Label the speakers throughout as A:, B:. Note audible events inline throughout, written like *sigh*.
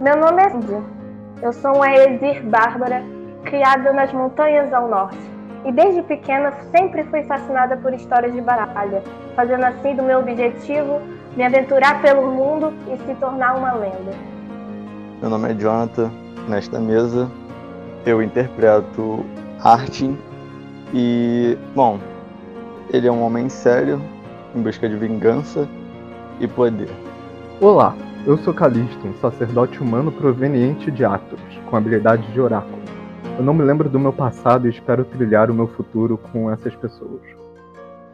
A: Meu nome é Cindy. Eu sou uma Exir Bárbara, criada nas montanhas ao norte. E desde pequena sempre fui fascinada por histórias de baralha, fazendo assim do meu objetivo me aventurar pelo mundo e se tornar uma lenda.
B: Meu nome é Jonathan. Nesta mesa eu interpreto Artin e, bom, ele é um homem sério em busca de vingança e poder.
C: Olá, eu sou Calisto, um sacerdote humano proveniente de Atos, com habilidade de oráculo. Eu não me lembro do meu passado e espero trilhar o meu futuro com essas pessoas.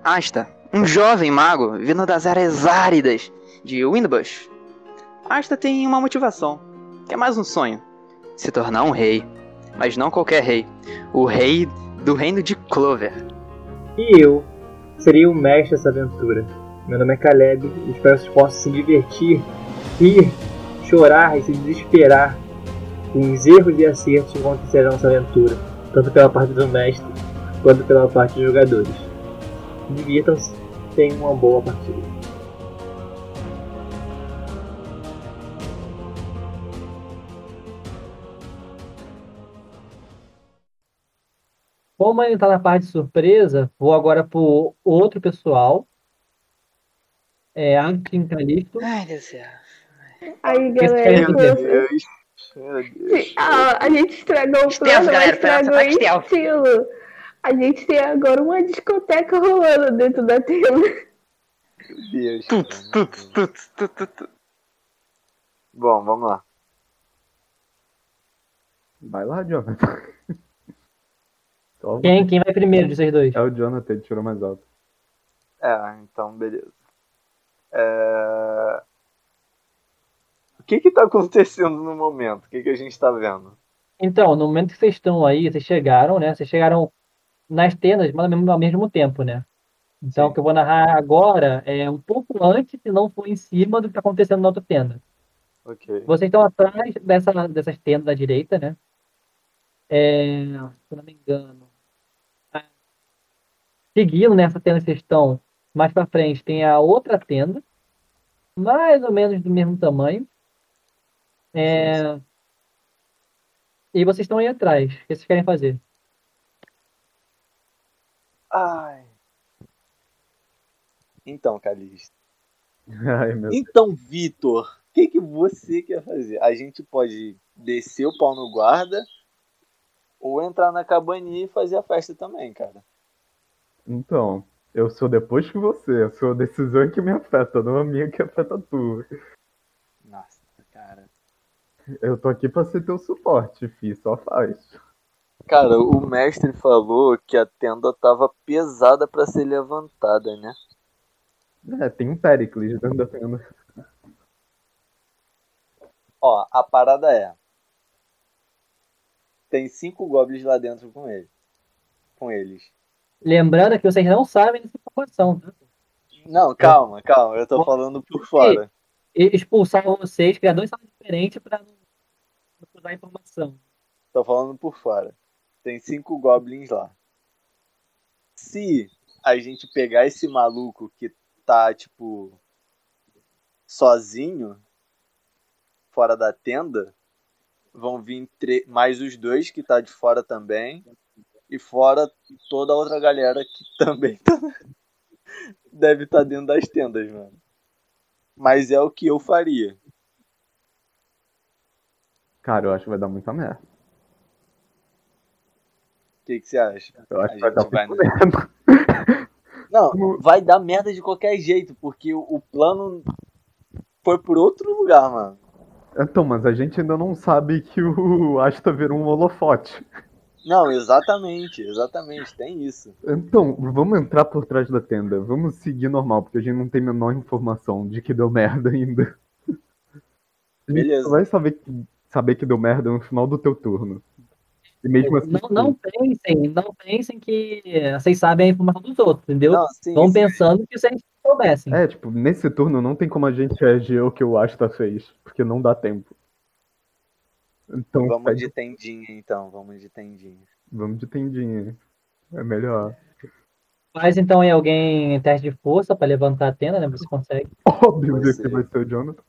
D: Asta, um jovem mago vindo das áreas áridas de Windbush. Asta tem uma motivação, que é mais um sonho: se tornar um rei. Mas não qualquer rei, o rei do reino de Clover.
E: E eu seria o mestre dessa aventura. Meu nome é Caleb e espero que vocês possam se divertir, rir, chorar e se desesperar com os erros e acertos que acontecerão nessa aventura, tanto pela parte do mestre quanto pela parte dos jogadores. Divirtam-se, tenham uma boa partida.
F: Como ainda tá na parte de surpresa, vou agora pro outro pessoal. É Ankin Calisto.
D: Ai, Deus do céu.
A: Aí,
F: Quem
A: galera,
F: escreveu?
A: eu-
B: Deus. Meu Deus.
A: Ah, a gente estragou o
D: Stealth,
A: plano, mas
D: galera, foi nossa
A: estragou o
D: parte stealth.
A: estilo. A gente tem agora uma discoteca rolando dentro da tenda.
B: Deus.
D: Tuts, tuts, tuts, tuts, tuts.
B: Bom, vamos lá.
C: Vai lá, Jonathan. *laughs* Só
F: Quem, quem vai primeiro de vocês dois?
C: É o Jonathan, ele tirou mais alto. *laughs*
B: É, então, beleza. É... O que que tá acontecendo no momento? O que que a gente tá vendo?
F: Então, no momento que vocês estão aí, vocês chegaram, né? Vocês chegaram nas tendas, mas ao mesmo, ao mesmo tempo, né? Então, o que eu vou narrar agora é um pouco antes, se não for em cima do que está acontecendo na outra tenda.
B: Ok.
F: Vocês estão atrás dessa, dessas tendas da direita, né? É, se não me engano. tá. Seguindo nessa tenda que vocês estão, mais pra frente tem a outra tenda, mais ou menos do mesmo tamanho. É, e vocês estão aí atrás. O que vocês querem fazer?
B: Ai. Então, Calixto.
C: Ai, meu
B: Então, Vitor, o que que você quer fazer? A gente pode descer o pau no guarda ou entrar na cabaninha e fazer a festa também, cara.
C: Então, eu sou depois que você. A sua decisão é que me afeta, não a minha que afeta a tua.
B: Nossa, cara.
C: Eu tô aqui pra ser teu suporte, fi, só faz.
B: Cara, o mestre falou que a tenda tava pesada pra ser levantada, né?
C: É, tem um Pericles dentro da tenda.
B: Ó, a parada é. Tem cinco goblins lá dentro com ele. Com eles.
F: Lembrando que vocês não sabem dessa informação. Tá?
B: Não, calma, calma. Eu tô falando por fora.
F: E expulsaram vocês, criar dois salas diferentes pra não não cruzar informação.
B: Tô falando por fora. Tem cinco goblins lá. Se a gente pegar esse maluco que tá, tipo, sozinho, fora da tenda, vão vir tre- mais os dois que tá de fora também. E fora toda a outra galera que *laughs* também tá... deve estar tá dentro das tendas, mano. Mas é o que eu faria.
C: Cara, eu acho que vai dar muita merda.
B: O que que você acha?
C: Eu
B: A
C: acho que vai dar
B: gente vai
C: muita merda.
B: Não, vai dar merda de qualquer jeito, porque o- o plano foi por outro lugar, mano.
C: Então, mas a gente ainda não sabe que o *laughs* Asta virou um holofote.
B: Não, exatamente, exatamente, tem isso.
C: Então, vamos entrar por trás da tenda. Vamos seguir normal, porque a gente não tem a menor informação de que deu merda ainda. A gente
B: Beleza.
C: só vai saber que, saber que deu merda no final do teu turno. E
B: É,
C: mesmo assim.
F: Não, não pensem, não pensem que vocês sabem a informação dos outros, entendeu?
B: Não, sim,
F: Estão
B: sim.
F: pensando que vocês soubessem.
C: É, tipo, nesse turno não tem como a gente reagir ao que o Asta fez, porque não dá tempo. Então,
B: Vamos
C: faz-
B: de tendinha, então, vamos de tendinha.
C: vamos de tendinha. É melhor.
F: Faz então aí alguém teste de força pra levantar a tenda, né? Você consegue.
C: Óbvio
B: Vai
C: que vai ser o Jonathan.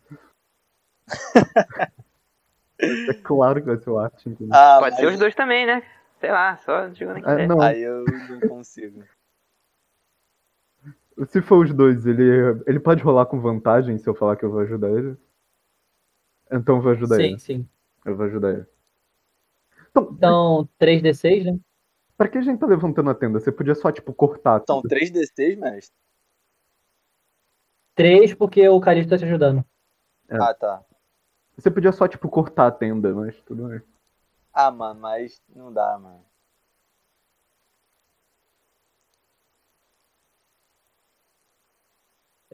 C: É claro que vai ser o Artin. que não-
B: Ah,
D: Pode ser
B: mas
D: os dois também, né? Sei lá, só digo nem
C: Ah,
D: quiser.
C: não,
B: Aí eu não *laughs* consigo.
C: se for os dois, ele, ele pode rolar com vantagem se eu falar que eu vou ajudar ele? Então eu vou ajudar
F: Sim,
C: ele.
F: sim.
C: Eu vou ajudar ele. Então,
F: Então, 3D6, né?
C: pra que a gente tá levantando a tenda? Você podia só, tipo, cortar.
B: São
C: tudo.
B: 3D6, mestre?
F: 3 porque o Calixto tá te ajudando.
C: É.
B: Ah, tá.
C: Você podia só, tipo, cortar a tenda, mas tudo bem.
B: Ah, mano, mas não dá, mano.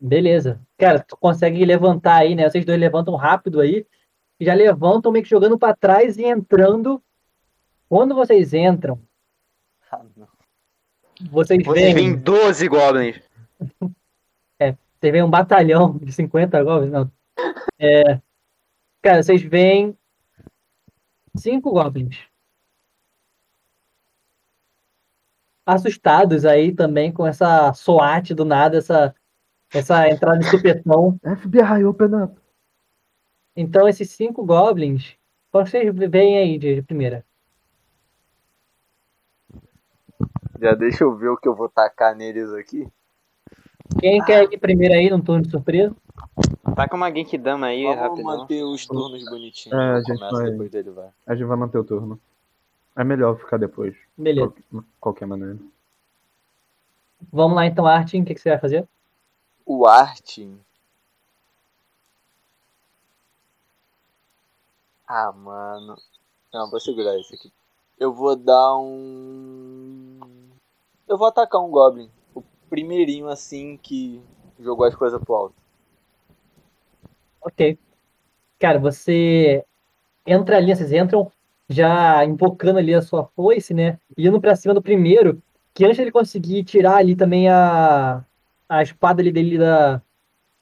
F: Beleza. Cara, tu consegue levantar aí, né? Vocês dois levantam rápido aí. e Já levantam meio que jogando pra trás e entrando. Quando vocês entram,
B: Ah, não.
F: vocês
D: Você
F: veem,
D: vem 12 goblins.
F: vocês veem um batalhão de 50 goblins, não. É, cara, vocês veem cinco goblins. Assustados aí também com essa SWAT do nada, essa essa entrada de supetão.
C: FBI, open up!
F: Então, esses cinco goblins, qual que vocês veem aí de de primeira?
B: Já deixa eu ver o que eu vou tacar neles aqui.
F: Quem quer ir primeiro aí num turno de surpresa?
D: Tá com uma Genkidama aí,
B: Vamos
D: rapidão.
B: manter os turnos bonitinhos.
C: É,
B: Eu
C: a gente
B: começo,
C: vai-
B: depois dele vai.
C: A gente vai manter o turno. É melhor ficar depois, de
F: Beleza.
C: qual- qualquer maneira.
F: Vamos lá então, Artin, o que, que você vai fazer?
B: O Artin. Ah, mano. Não, vou segurar esse aqui. Eu vou dar um. Eu vou atacar um Goblin. O primeirinho, assim, que jogou as coisas pro alto.
F: Ok. Cara, você entra ali, vocês entram já invocando ali a sua foice, né? Indo pra cima do primeiro, que antes ele conseguir tirar ali também a, a espada ali dele da,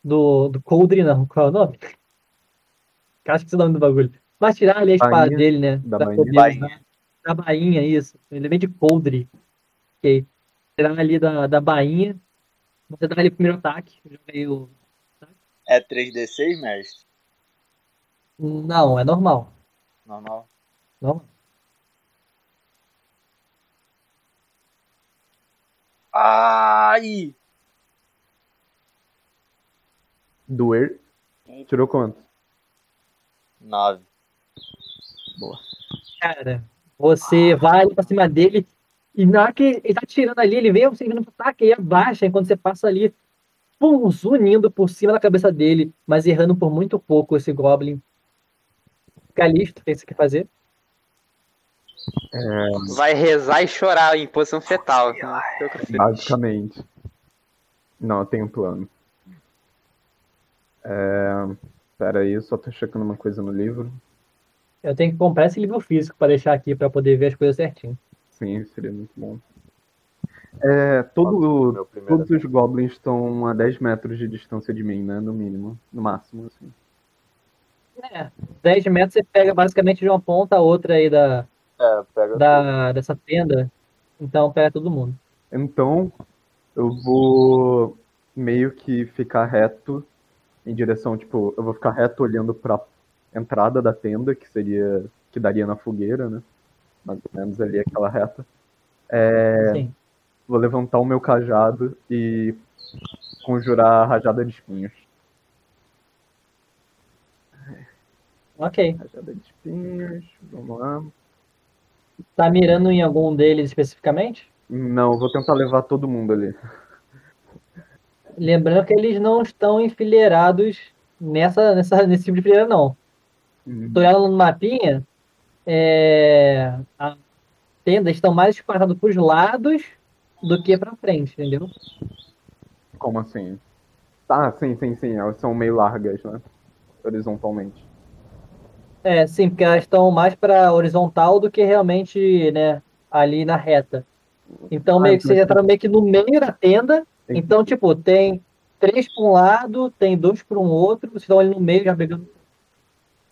F: do, do Coldre, não. Qual é o nome? Cara, acho que é o nome do bagulho. Mas tirar ali a espada
C: Bainha.
F: dele, né?
C: Da bainha.
F: poder
B: Bainha.
F: usar- Da bainha, isso. Ele vem de Coldre. Ok. Tirar ali da, da bainha. Você dá ali o primeiro ataque. Joga aí o.
B: É 3D6, mestre?
F: Não, é normal.
B: Normal.
F: Não.
B: Ai!
C: Doer. Tirou quanto?
B: 9.
F: Cara, você vai ali pra cima dele e na hora que ele tá tirando ali, ele vem você vindo pro ataque e abaixa enquanto você passa ali, pum, zunindo por cima da cabeça dele, mas errando por muito pouco esse Goblin. Calisto, o que você quer fazer?
D: Vai rezar e chorar em posição fetal.
C: Basicamente. Não, eu tenho um plano. É... Pera aí, eu só tô checando uma coisa no livro.
F: Eu tenho que comprar esse livro físico pra deixar aqui pra poder ver as coisas certinho.
C: Sim, seria muito bom. É, todo,
B: Meu primeiro.
C: Todos os goblins estão a 10 metros de distância de mim, né? No mínimo. No máximo, assim.
F: É, 10 metros você pega basicamente de uma ponta a outra aí da,
B: É, pega.
F: da, dessa tenda, então pega todo mundo.
C: Então, eu vou meio que ficar reto em direção, tipo, eu vou ficar reto olhando pra entrada da tenda, que seria. que daria na fogueira, né? Mais ou menos ali aquela reta.
F: Sim.
C: Vou levantar o meu cajado e conjurar a rajada de espinhos.
F: Ok.
C: Rajada de espinhos, vamos lá.
F: Tá mirando em algum deles especificamente?
C: Não, eu vou tentar levar todo mundo ali.
F: Lembrando que eles não estão enfileirados nessa, nessa, nesse tipo de fileira, não. Tô olhando no mapinha, é, a tendas estão mais espalhadas para os lados do que para frente, entendeu?
C: Como assim? Ah, sim, sim, sim. Elas são meio largas, né? Horizontalmente.
F: É, sim, porque elas estão mais para horizontal do que realmente, né, ali na reta. Então,
C: Ah,
F: meio que você já
C: entendi.
F: tá meio que no meio da tenda,
C: Tem-
F: Então, tipo, tem três para um lado, tem dois para um outro, vocês estão ali no meio já brigando.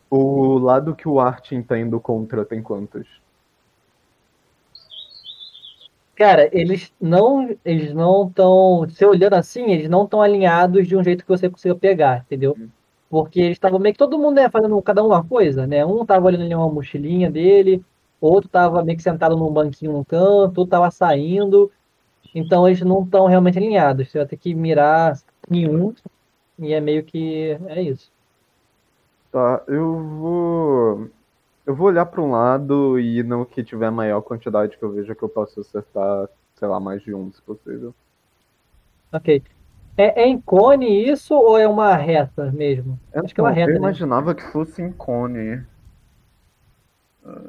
C: O lado que o Artin tá indo contra tem quantos?
F: Cara, eles não eles não estão, se olhando assim, eles não estão alinhados de um jeito que você consiga pegar, entendeu? Porque eles estavam meio que todo mundo né, fazendo cada um uma coisa, né? Um tava olhando ali uma mochilinha dele, outro tava meio que sentado num banquinho num canto, outro tava saindo. Então eles não estão realmente alinhados. Você vai ter que mirar em um. E é meio que. É isso.
C: Tá, eu vou. Eu vou olhar pra um lado e no que tiver maior quantidade que eu veja que eu posso acertar, sei lá, mais de um, se possível.
F: Ok. É, é em cone isso ou é uma reta mesmo? Acho que é uma
C: Então,
F: reta,
C: Eu
F: né?
C: imaginava que fosse em cone.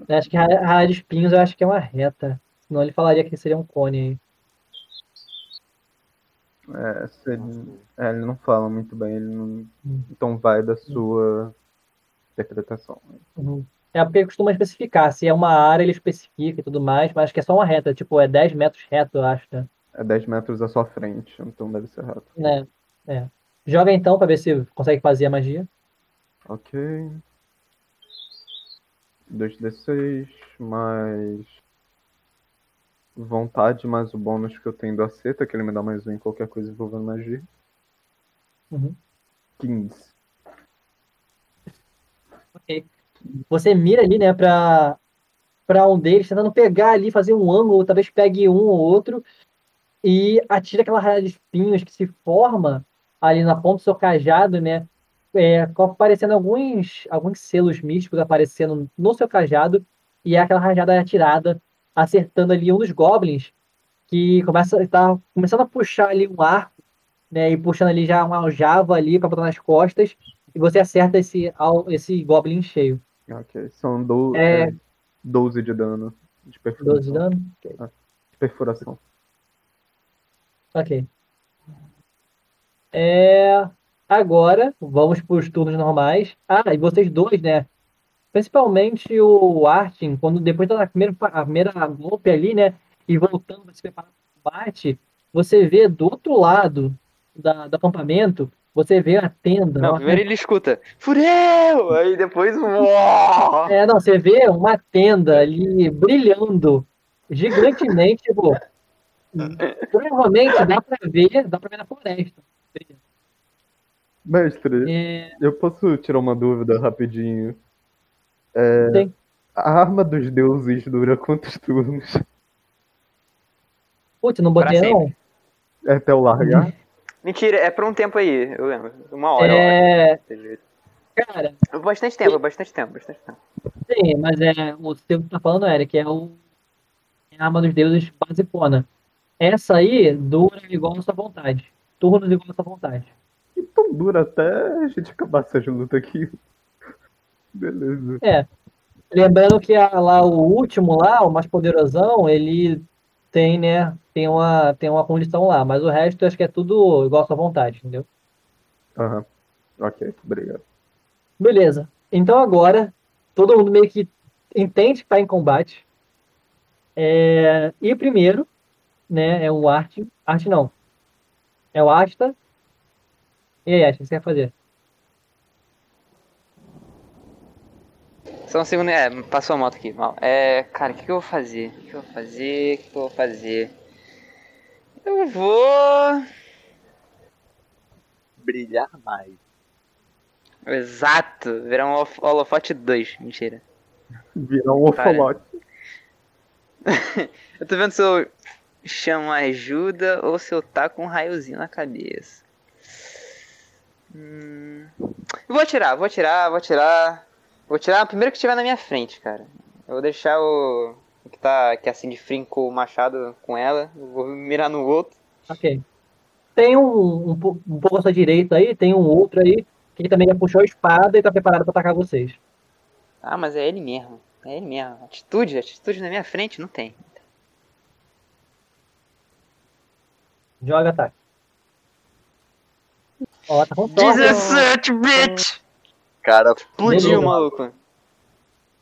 F: Acho que a a área de espinhos eu acho que é uma reta. Senão ele falaria que seria um cone aí.
C: É, se ele, é, ele não fala muito bem, ele não. Então vai da sua interpretação.
F: Uhum. É porque ele costuma especificar. Se é uma área, ele especifica e tudo mais, mas acho que é só uma reta. Tipo, é 10 metros reto, eu acho, né?
C: É 10 metros à sua frente, então deve ser reto.
F: Né? É. Joga então pra ver se consegue fazer a magia.
C: Ok. 2d6, mais. Vontade, mais o bônus que eu tenho do aceta, que ele me dá mais um em qualquer coisa envolvendo magia.
F: Uhum.
C: 15.
F: Você mira ali, né, pra, pra um deles, tentando pegar ali, fazer um ângulo, talvez pegue um ou outro, e atira aquela raiada de espinhos que se forma ali na ponta do seu cajado, né? É, com- aparecendo alguns, alguns selos místicos aparecendo no seu cajado, e é aquela rajada é atirada, acertando ali um dos goblins, que começa tá começando a puxar ali um arco, né? E puxando ali já uma aljava ali pra botar nas costas, e você acerta esse, al- esse goblin cheio.
C: Ok. São do,
F: É.
C: é, 12 de dano. De
F: 12 de
C: perfuração.
F: dano?
C: De perfuração.
F: Ok. É... Agora, vamos para os turnos normais. Ah, e vocês dois, né? Principalmente o Artin, quando depois da primeira, pa- a primeira golpe ali, né? E voltando para se preparar para o combate, você vê do outro lado da, do acampamento, você vê a tenda.
D: Não,
F: uma
D: primeiro ele escuta. Fureu! Aí depois. uó!
F: É, não, você vê uma tenda ali brilhando gigantemente, tipo, provavelmente dá pra ver, dá pra ver na floresta.
C: Mestre,
F: É,
C: eu posso tirar uma dúvida rapidinho? É,
F: Sim.
C: A arma dos deuses dura quantos turnos?
F: putz, não
D: Pra
F: botei
D: sempre.
F: não.
C: É até eu
F: Uhum.
C: largar?
D: Mentira, é por um tempo aí, eu lembro. Uma hora, eu acho.
F: É,
D: desse jeito.
F: cara,
D: Bastante tempo, bastante tempo, bastante tempo.
F: sim, mas é, o que você tá falando, Eric, é o é a arma dos deuses basicona. Essa aí dura igual a sua vontade. Turnos igual a sua vontade.
C: Então dura até a gente acabar essa luta aqui. Beleza.
F: Lembrando que a- lá o último lá, o mais poderosão, ele tem, né? Tem uma, tem uma condição lá, mas o resto eu acho que é tudo igual à sua vontade, entendeu?
C: Aham. Ok, obrigado.
F: Beleza. Então agora, todo mundo meio que entende que tá em combate. É, E primeiro, né, é o Arte. Arte não. É o Asta. E aí, Asta, o que você quer fazer?
D: Só um segundo. É, passou a moto aqui, mal. É, cara, o que, que eu vou fazer? O que, que eu vou fazer? O que, que eu vou fazer? Eu vou.
B: Brilhar mais.
D: Exato! Virar um holof- holofote 2. Mentira.
C: Virar um ofolote.
D: Eu tô vendo se eu chamo ajuda ou se eu taco um raiozinho na cabeça. Hum... Vou atirar, vou atirar, vou atirar. Vou atirar o primeiro que tiver na minha frente, cara. Eu vou deixar o. o que tá. que é assim de frinco o machado com ela. Eu vou mirar no outro.
F: Ok. Tem um, um, pou- um pouco à sua direita aí, tem um outro aí, que também já puxou a espada e tá preparado pra atacar vocês.
D: Ah, mas é ele mesmo. É ele mesmo. Atitude, atitude na minha frente não tem.
F: Joga ataque. Ó, tá com sorte.
D: 17, bitch!
B: Cara,
D: Explodiu,
F: Beleza.
D: maluco.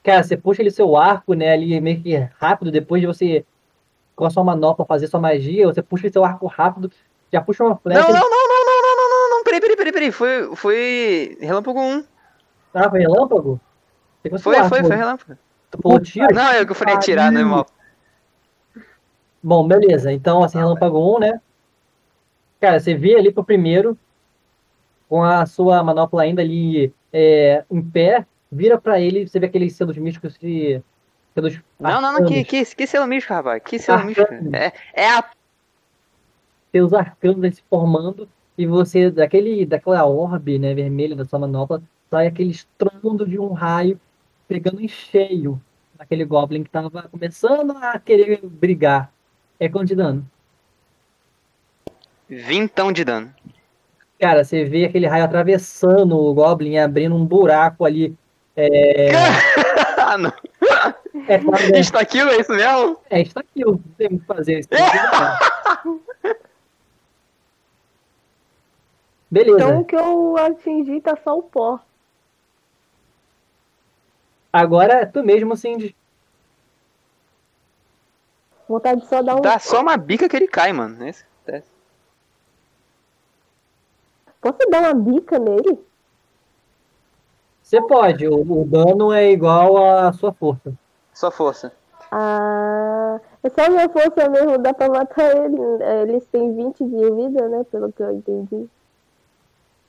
F: Cara, você puxa ali seu arco, né, ali meio que rápido, depois de você, com a sua manopla, fazer sua magia, você puxa seu arco rápido, já puxa uma flecha.
D: Não, não, não, não, não, não, não, não, não, não, peraí, peraí, peraí, peraí. Foi, foi relâmpago 1.
F: Ah, foi relâmpago? Você com seu
D: Foi,
F: arco,
D: foi, foi né? relâmpago.
F: tu pulou o tiro?
D: Não, eu que eu falei tirar, não é mal.
F: Bom, um, beleza. Então, assim, relâmpago 1, né? Cara, você vê ali pro primeiro, com a sua manopla ainda ali é, em pé, vira pra ele, você vê aqueles selos místicos de. Selos
D: Não, não, não,
F: arcanos,
D: que, que, que selo místico, rapaz. Que selo
F: Arcanos.
D: místico. É, é a
F: Selos arcanos ali se formando, e você, daquele, daquela orbe né, vermelha da sua manopla, sai aquele estrondo de um raio pegando em cheio naquele Goblin que tava começando a querer brigar. É quanto de dano?
D: vintão de dano. *laughs*
F: Cara, você vê aquele raio atravessando o Goblin e abrindo um buraco ali.
D: ah, não.
F: É claro,
D: *laughs*
F: né?
D: Está aqui, é isso mesmo?
F: é isso aqui, eu tenho que fazer isso. Beleza.
A: Então o que eu atingi tá só o pó.
F: Agora é tu mesmo, assim, Cindy.
A: Vontade de só dar um.
D: Dá só uma bica que ele cai, mano. É isso.
A: Posso dar uma bica nele?
F: Você pode, o, o dano é igual à sua força.
D: Só força.
A: Ah. É só minha força mesmo, dá pra matar ele. Eles têm 20 de vida, né? Pelo que eu entendi.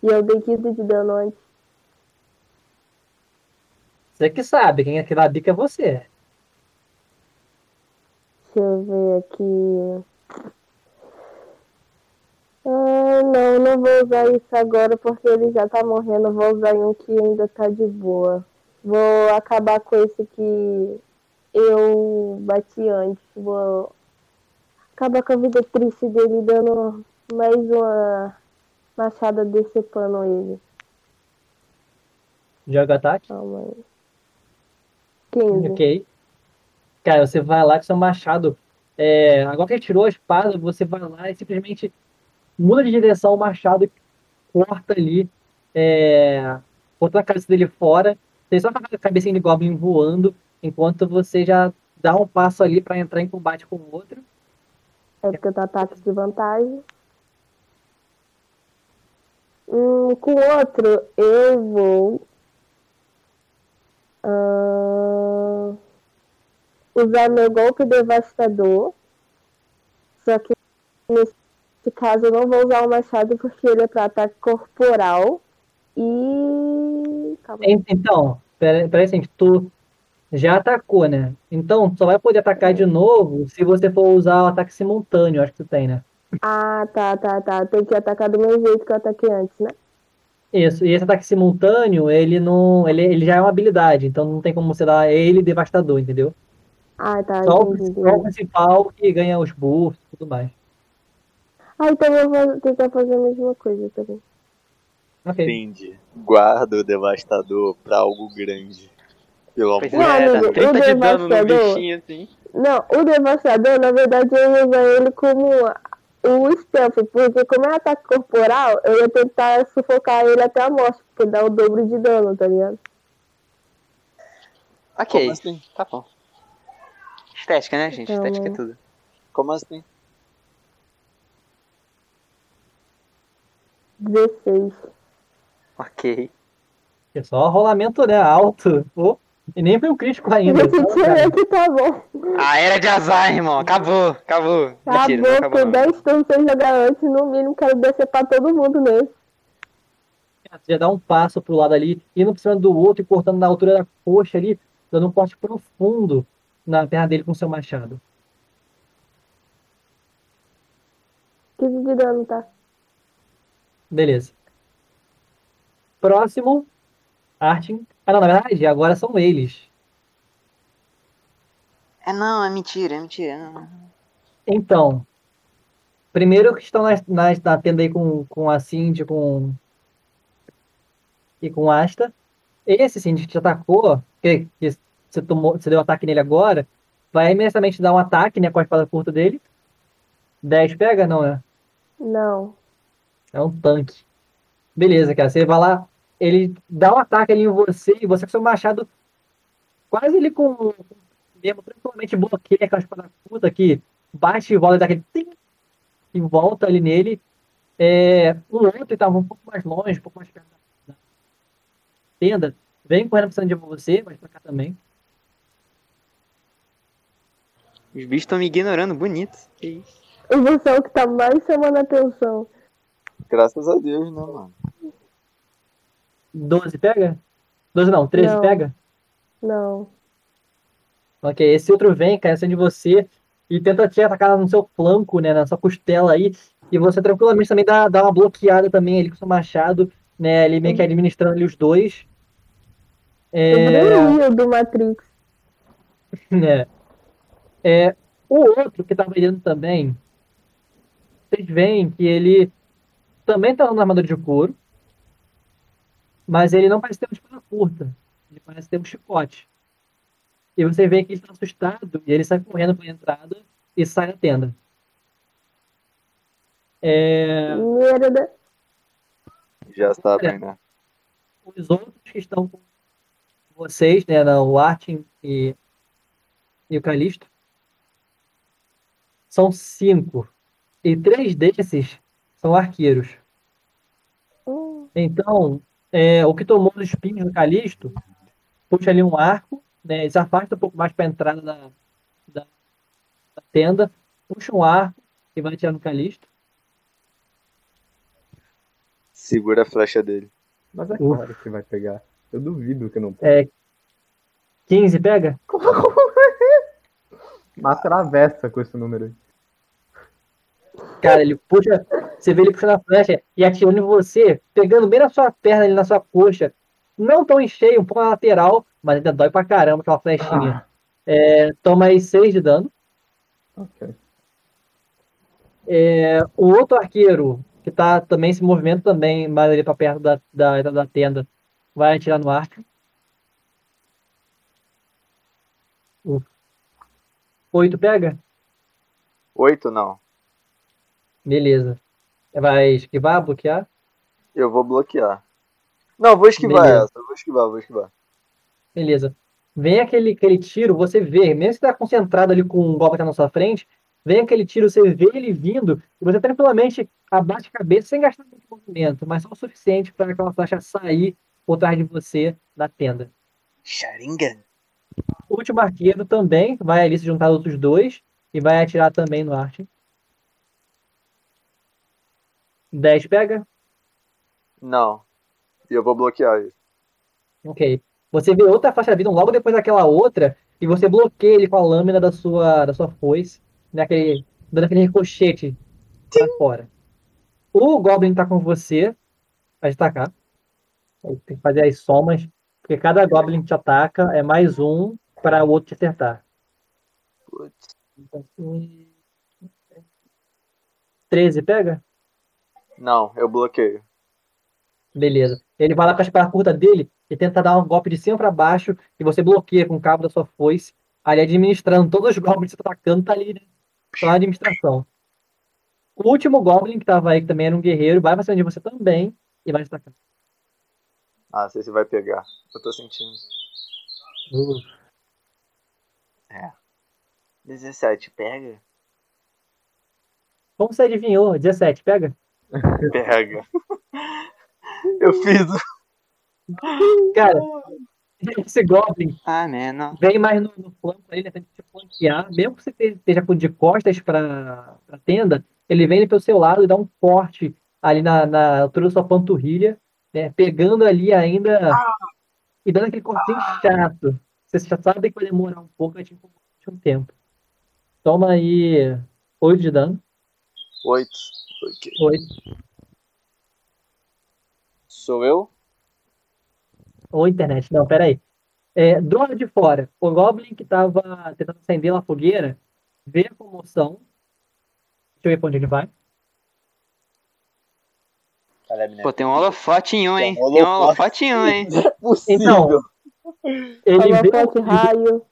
A: E eu dei 15 de dano antes.
F: Você que sabe, quem é que dá bica é você.
A: Deixa eu ver aqui. Ah, não, não vou usar isso agora porque ele já tá morrendo. Vou usar em um que ainda tá de boa. Vou acabar com esse que eu bati antes. Vou acabar com a vida triste dele dando mais uma machada decepando ele.
F: Joga o ataque.
A: Calma aí. 15.
F: Ok. Cara, você vai lá com seu machado. É, agora que ele tirou a espada, você vai lá e simplesmente muda de direção o machado e corta ali. É, corta a cabeça dele fora. Tem só a cabecinha de Goblin voando, enquanto você já dá um passo ali pra entrar em combate com o outro.
A: É porque eu tô ataque de vantagem. Hum, com o outro, eu vou. ah, usar meu golpe devastador. Só que nesse caso eu não vou usar o machado porque ele é pra ataque corporal. E. Calma. aí.
F: En- Então, pera- peraí, assim, tu já atacou, né? Então, só vai poder atacar de novo se você for usar o ataque simultâneo, acho que tu tem, né?
A: Ah, tá, tá, tá. Tem que atacar do mesmo jeito que eu ataquei antes, né?
F: Isso, e esse ataque simultâneo, ele não. Ele, ele já é uma habilidade, então não tem como você dar ele devastador, entendeu?
A: Ah, tá.
F: Só o,
A: entendi.
F: só o principal que ganha os buffs e tudo mais.
A: Ah, então eu vou tentar fazer a mesma coisa também.
F: Ok.
B: Entende? Guarda o devastador pra algo grande. Pelo amor
D: Pois
B: de
A: Não,
D: é, dá
A: amigo,
D: 30 de
A: o
D: dano no
A: devastador-
D: bichinho assim.
A: Não, o devastador, na verdade, eu ia usar ele como o stealth, porque como é ataque corporal, eu ia tentar sufocar ele até a morte, porque dá o dobro de dano, tá ligado?
D: Ok,
B: Como assim?
D: tá bom. Estética, né, gente?
A: Então,
D: Estética é
A: né?
D: tudo.
B: Como assim?
A: 16.
D: Ok.
F: É só rolamento, né? Alto. Pô, e nem foi um crítico ainda.
A: *laughs* Esse
F: então,
A: tiro
F: cara,
A: aqui tá bom.
D: A era de azar, irmão. Acabou, acabou. Mentira,
A: Acabou,
D: não acabou
A: com
D: não.
A: 10 turnos sem jogar antes, no mínimo quero decepar todo mundo nele.
F: Você já dá um passo pro lado ali, indo por cima do outro e cortando na altura da coxa ali, dando um corte profundo na perna dele com seu machado.
A: 15 de dano, tá?
F: Beleza. Próximo, Artin. Ah, não, na verdade, agora são eles.
D: É não, é mentira, é mentira. Não.
F: Então, primeiro que estão nas, nas- na tenda aí com, com a Cindy com, e com a Asta. Esse Cindy que te atacou, que, que você, tomou, você deu um ataque nele agora, vai imediatamente dar um ataque né, com a espada curta dele. 10 pega? Não, né?
A: Não.
F: É um tanque. Beleza, cara. Você vai lá, ele dá um ataque ali em você e você com seu machado quase ele com com- mesmo tranquilamente bloqueia aquela espada puta que bate e volta daquele tim, e volta ali nele. É, o outro tava um pouco mais longe, um pouco mais perto da da tenda. Vem correndo pra cima de você, vai pra cá também.
D: Os bichos estão me ignorando, bonito. Que isso.
A: E você é o que tá mais chamando a atenção.
B: Graças a Deus, né, mano?
F: 12 pega? 12 não, 13
A: Não.
F: pega?
A: Não.
F: Ok, esse outro vem, cai acima de você e tenta te atacar no seu flanco, né, na sua costela aí, e você tranquilamente também dá, dá uma bloqueada também ali com seu machado, né, ele meio que administrando ali os dois. É,
A: Eu do Matrix.
F: *laughs* né. É, o outro que tava olhando também, vocês veem que ele também tá na armadura de couro, mas ele não parece ter uma espada curta, ele parece ter um chicote. E você vê que ele está assustado e ele sai correndo pela entrada e sai da tenda. É,
A: Merda.
B: Já sabem, né?
F: os outros que estão com vocês, né, na- o Artin e, e o Calisto, são cinco. E três desses são arqueiros.
A: Hum,
F: Então, é, o que tomou os espinhos do Calisto, puxa ali um arco, né, ele se afasta um pouco mais para a entrada da, da- da tenda, puxa um arco e vai tirar no Calisto.
B: Segura a flecha dele.
C: Mas é
F: Ufa.
C: claro que vai pegar. Eu duvido que não pegue.
F: É, 15, pega?
C: Mas atravessa com esse número aí.
F: Cara, ele puxa, você vê ele puxando a flecha e atirando em você, pegando bem na sua perna, ali na sua coxa. Não tão em cheio, um pouco na lateral, mas ainda dói pra caramba aquela flechinha. É, toma aí 6 de dano.
C: Ok.
F: O outro arqueiro, que tá também se movimento também, mais ali pra perto da, da, da, da tenda, vai atirar no arco. Uh. Oito pega?
B: Oito, não.
F: Beleza. Vai esquivar, bloquear?
B: Eu vou bloquear. Não, vou esquivar
F: Beleza.
B: essa. Vou esquivar, vou esquivar.
F: Beleza. Vem aquele, aquele tiro, você vê, mesmo que tá concentrado ali com o golpe que tá na sua frente, vem aquele tiro, você vê ele vindo, e você tranquilamente abaixa a cabeça sem gastar muito movimento, mas só o suficiente para aquela flecha sair por trás de você da tenda.
D: Sharingan.
F: O último arqueiro também vai ali se juntar aos outros dois e vai atirar também no arte. 10 pega?
B: Não. E eu vou bloquear ele.
F: Ok. Você vê outra faixa de vida logo depois daquela outra e você bloqueia ele com a lâmina da sua, da sua foice, naquele, dando aquele ricochete pra fora. O Goblin tá com você, vai te atacar. Aí Tem que fazer as somas, porque cada Goblin que te ataca é mais um para o outro te acertar. Então,
B: Putz.
F: 13 pega?
B: Não, eu bloqueio.
F: Beleza. Ele vai lá com a espada curta dele e tenta dar um golpe de cima pra baixo e você bloqueia com o cabo da sua foice, ali administrando todos os goblins que você tá atacando, tá ali, né? Só na administração. O último goblin que tava aí, que também era um guerreiro, vai pra cima de você também e vai te atacar.
B: Ah, sei se vai pegar. Eu tô sentindo. 17, pega?
F: Como você adivinhou? 17, pega?
B: Pega. *laughs* Eu fiz.
F: Cara, *laughs* esse goblin
D: Ah, né, não.
F: vem mais no, no flanco ali, né? Tenta te flanquear. Mesmo que você te- esteja com- de costas para a tenda, ele vem pelo seu lado e dá um corte ali na, na altura da sua panturrilha, né? Pegando ali ainda e dando aquele cortinho chato. Você já sabe que vai demorar um pouco, vai te incomodar durante um tempo. Toma aí 8 de dano.
B: 8. Ok.
F: 8,
B: Sou eu?
F: Ou internet, não, peraí. É, do lado de fora, o Goblin que tava tentando acender uma fogueira vê a comoção. Deixa eu ver pra onde ele vai.
B: Caleb, né?
D: Pô, tem um holofote em um, hein?
B: Tem um
D: Tem um holofote em um, hein?
B: Não é possível.
F: Então, Ele
A: Ele
F: vê,
A: de raio.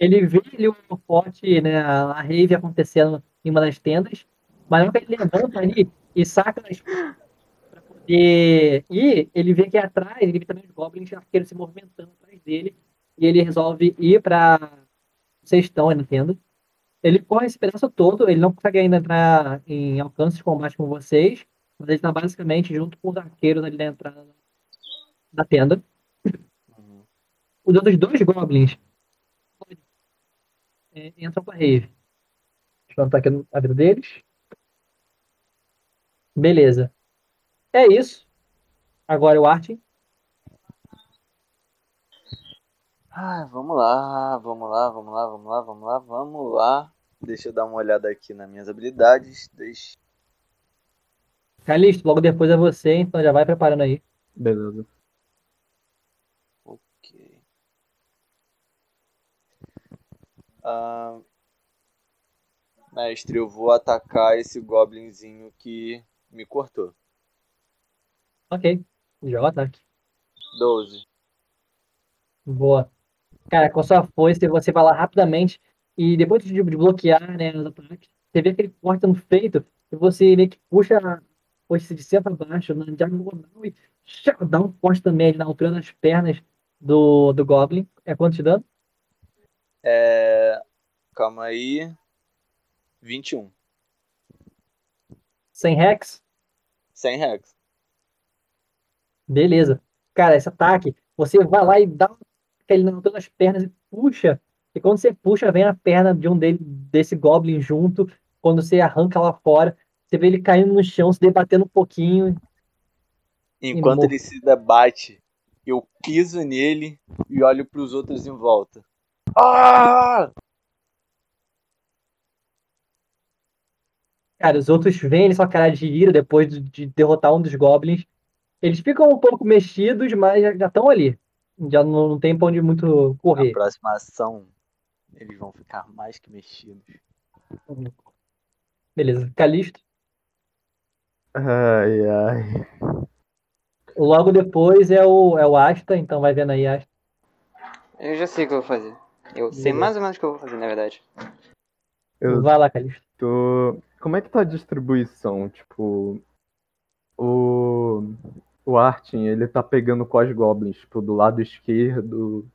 F: ele vê ali o holofote, né, a a rave acontecendo em uma das tendas, mas na hora que ele levanta ali e saca as pra poder ir, ele vê que é atrás, ele vê também os goblins arqueiros se movimentando atrás dele, e ele resolve ir pra sextão aí na tenda. Ele corre esse pedaço todo, ele não consegue ainda entrar em alcance de combate com vocês, mas ele tá basicamente junto com os arqueiros ali na entrada da tenda.
B: Uhum.
F: os outros dois goblins é, entram pra rave. Deixa eu anotar aqui a vida deles. Beleza. É isso. Agora é o Artin.
B: Ah, vamos lá, vamos lá, vamos lá, vamos lá, vamos lá, vamos lá. Deixa eu dar uma olhada aqui nas minhas habilidades. Deixa...
F: Calixto, logo depois é você, então já vai preparando aí.
C: Beleza.
B: Ok. Ah, mestre, eu vou atacar esse goblinzinho que me cortou.
F: Ok. tá Joga o ataque.
B: 12.
F: Boa. Cara, com sua foice, você vai lá rapidamente e depois de de bloquear, né, os ataques, você vê que ele corta no peito e você meio que puxa a foice de cima pra baixo, na diagonal e chá, dá um corte também ali na altura das pernas do, do Goblin. É quanto de dano?
B: É... Calma aí. 21.
F: Sem Rex?
B: Sem Rex.
F: Beleza. Cara, esse ataque, você vai lá e dá um ele na altura das pernas e puxa. E quando você puxa, vem a perna de um dele, desse Goblin junto. Quando você arranca lá fora, você vê ele caindo no chão, se debatendo um pouquinho.
B: Enquanto
F: morto.
B: ele se debate, eu piso nele e olho pros outros em volta. Ah!
F: Cara, os outros veem ele sua cara de ira depois de, de derrotar um dos Goblins. Eles ficam um pouco mexidos, mas já estão ali. Já não, não tem pra onde muito
B: Na
F: correr.
B: próxima ação, eles vão ficar mais que mexidos.
F: Beleza. Calixto.
C: Ai, ai.
F: Logo depois é o, é o Asta, então vai vendo aí, Asta.
D: Eu já sei o que eu vou fazer. Eu sei
F: Beleza.
D: mais ou menos o que eu vou fazer, na verdade.
C: Eu-
F: Vai lá, Calixto.
C: Tô... Como é que tá a distribuição? Tipo, o... O Artin, ele tá pegando quais goblins? Tipo, do lado esquerdo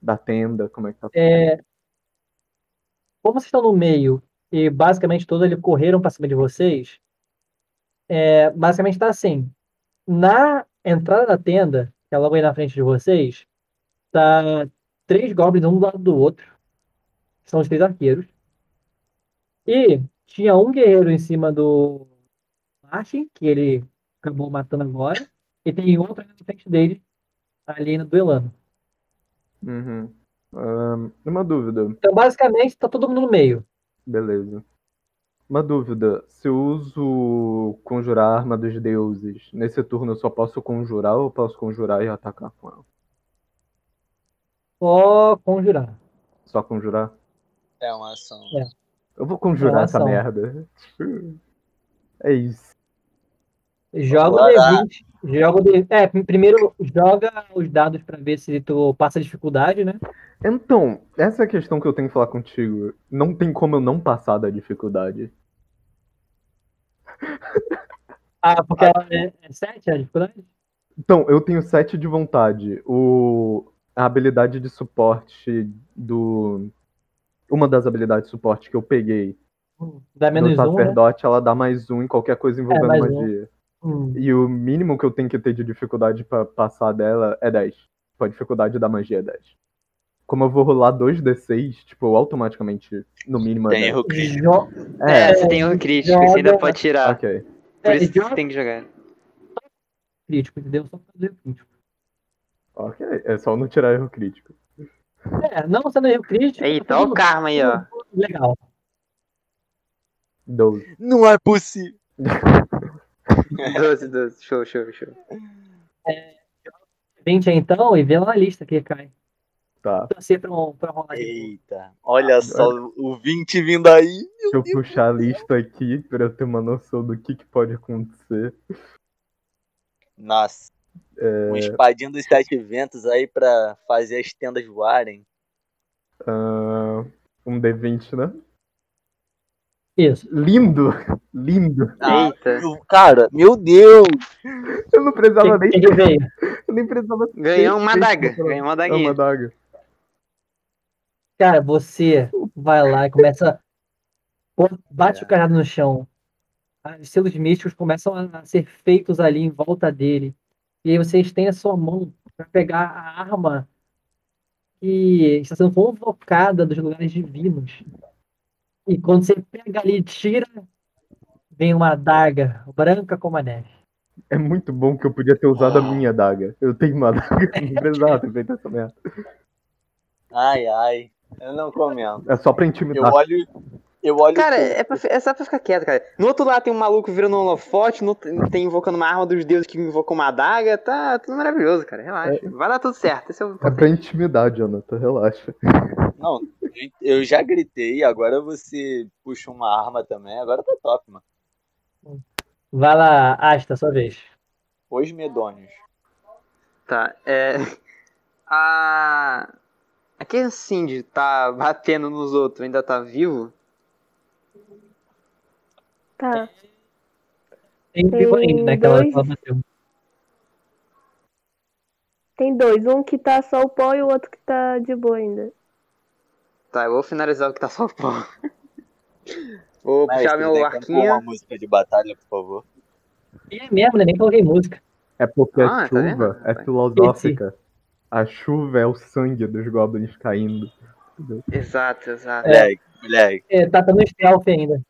C: da tenda, como é que tá?
F: É, como vocês estão no meio e basicamente todos eles correram para cima de vocês, é, basicamente tá assim. Na entrada da tenda, que é logo aí na frente de vocês, tá três goblins um do lado do outro. que São os três arqueiros. E tinha um guerreiro em cima do Martin, que ele acabou matando agora. E tem outro na frente dele, ali no duelando.
C: Uhum. Ahn, uma dúvida,
F: Então, basicamente, tá todo mundo no meio.
C: beleza. Uma dúvida, se eu uso conjurar a arma dos deuses, nesse turno eu só posso conjurar ou eu posso conjurar e atacar com ela?
F: Só conjurar.
C: Só conjurar?
B: É uma ação.
F: É.
C: Eu vou conjurar essa
F: Ação.
C: merda. *laughs* É isso.
F: Joga o D20. Joga o D... É, primeiro joga os dados pra ver se tu passa a dificuldade, né?
C: Então, essa é a questão que eu tenho que falar contigo. Não tem como eu não passar da dificuldade.
F: Ah, porque ela é, é 7 a dificuldade?
C: Então, eu tenho 7 de vontade. O... A habilidade de suporte do. Uma das habilidades de suporte que eu peguei
F: Dá
C: do
F: menos
D: tá
F: um, né?
C: sacerdote, ela dá mais um em qualquer coisa envolvendo
F: mais um.
C: magia.
F: Hum,
C: E o mínimo que eu tenho que ter de dificuldade pra passar dela é 10. Tipo, a dificuldade da magia é 10. Como eu vou rolar 2d6, tipo, eu automaticamente, no mínimo, é
B: Tem
C: 10.
B: erro crítico.
F: jo-
D: É, você tem o crítico, você ainda
F: joga-
D: pode tirar.
C: Ok.
D: Por
F: É,
D: isso que
F: joga
D: você tem que jogar.
F: crítico, entendeu? Só fazer o crítico.
C: Ok. É só não tirar erro crítico.
F: É, não sendo erro crítico.
D: Eita,
F: tá
D: olha
F: tudo
D: o karma aí, ó.
F: Legal.
C: 12.
B: Não é possível.
D: 12, 12. Show, show, show.
F: 20 então e vê lá na lista que cai.
C: Tá.
F: Torcer pra, um- pra rolar de novo.
B: Eita, olha só o 20 vindo aí.
C: Deixa eu puxar a lista aqui pra eu ter uma noção do que, que pode acontecer.
B: Nossa, um
C: É,
B: espadinho dos sete ventos aí pra fazer as tendas voarem.
C: ah, um D20, né?
F: Isso.
C: Lindo! Lindo!
B: Ah,
D: Eita.
B: eu- cara, meu Deus!
C: Eu não precisava
F: Quem,
C: nem.
F: quem que veio?
C: Eu nem precisava.
D: Ganhou uma
C: Seis,
D: adaga.
C: seis, seis,
D: Ganhou uma
C: É uma
D: adaguinha.
C: adaga.
F: Cara, você vai lá e começa. pô, Bate o cajado no chão. Ah, Os selos místicos começam a a ser feitos ali em volta dele. E aí você estende a sua mão para pegar a arma que está sendo convocada dos lugares divinos. E quando você pega ali e tira, vem uma adaga branca como a neve.
C: É muito bom que eu podia ter usado a minha adaga. Eu tenho uma adaga empresada feita essa merda.
B: Ai, ai. Eu não comento.
C: É só pra
B: Eu
C: intimidar.
B: olho. Eu olho.
D: Cara,
B: tudo.
D: é, pra fi- é só pra ficar quieto, cara. No outro lado tem um maluco virando um holofote, no outro tem invocando uma arma dos deuses que invoca uma adaga. Tá tudo maravilhoso, cara. Relaxa. Vai dar tudo certo. Esse é o
C: É pra intimidar, Jonathan, relaxa.
B: Não, eu já gritei, agora você puxa uma arma também. Agora tá top, mano.
F: Vai lá, Asta, sua vez.
B: Os medonhos.
D: Tá, é. A. Aquele Cindy tá batendo nos outros, ainda tá vivo?
A: Tá.
F: Tem vivo ainda, né? Que ela,
A: dois.
F: ela bateu.
A: Tem dois. Um que tá só o pó e o outro que tá de boa ainda.
D: Tá, eu vou finalizar o que tá só o pó. Vou puxar
B: Mestre,
D: meu
B: tem como pôr
D: arquinho.
B: uma música de batalha, por favor.
F: E é mesmo, né? Nem coloquei música.
C: É porque
D: Ah,
C: a
D: tá
C: chuva
D: vendo?
C: é filosófica. A chuva é o sangue dos goblins caindo.
D: Exato, exato.
B: Moleque, moleque.
F: É, tá dando stealth ainda.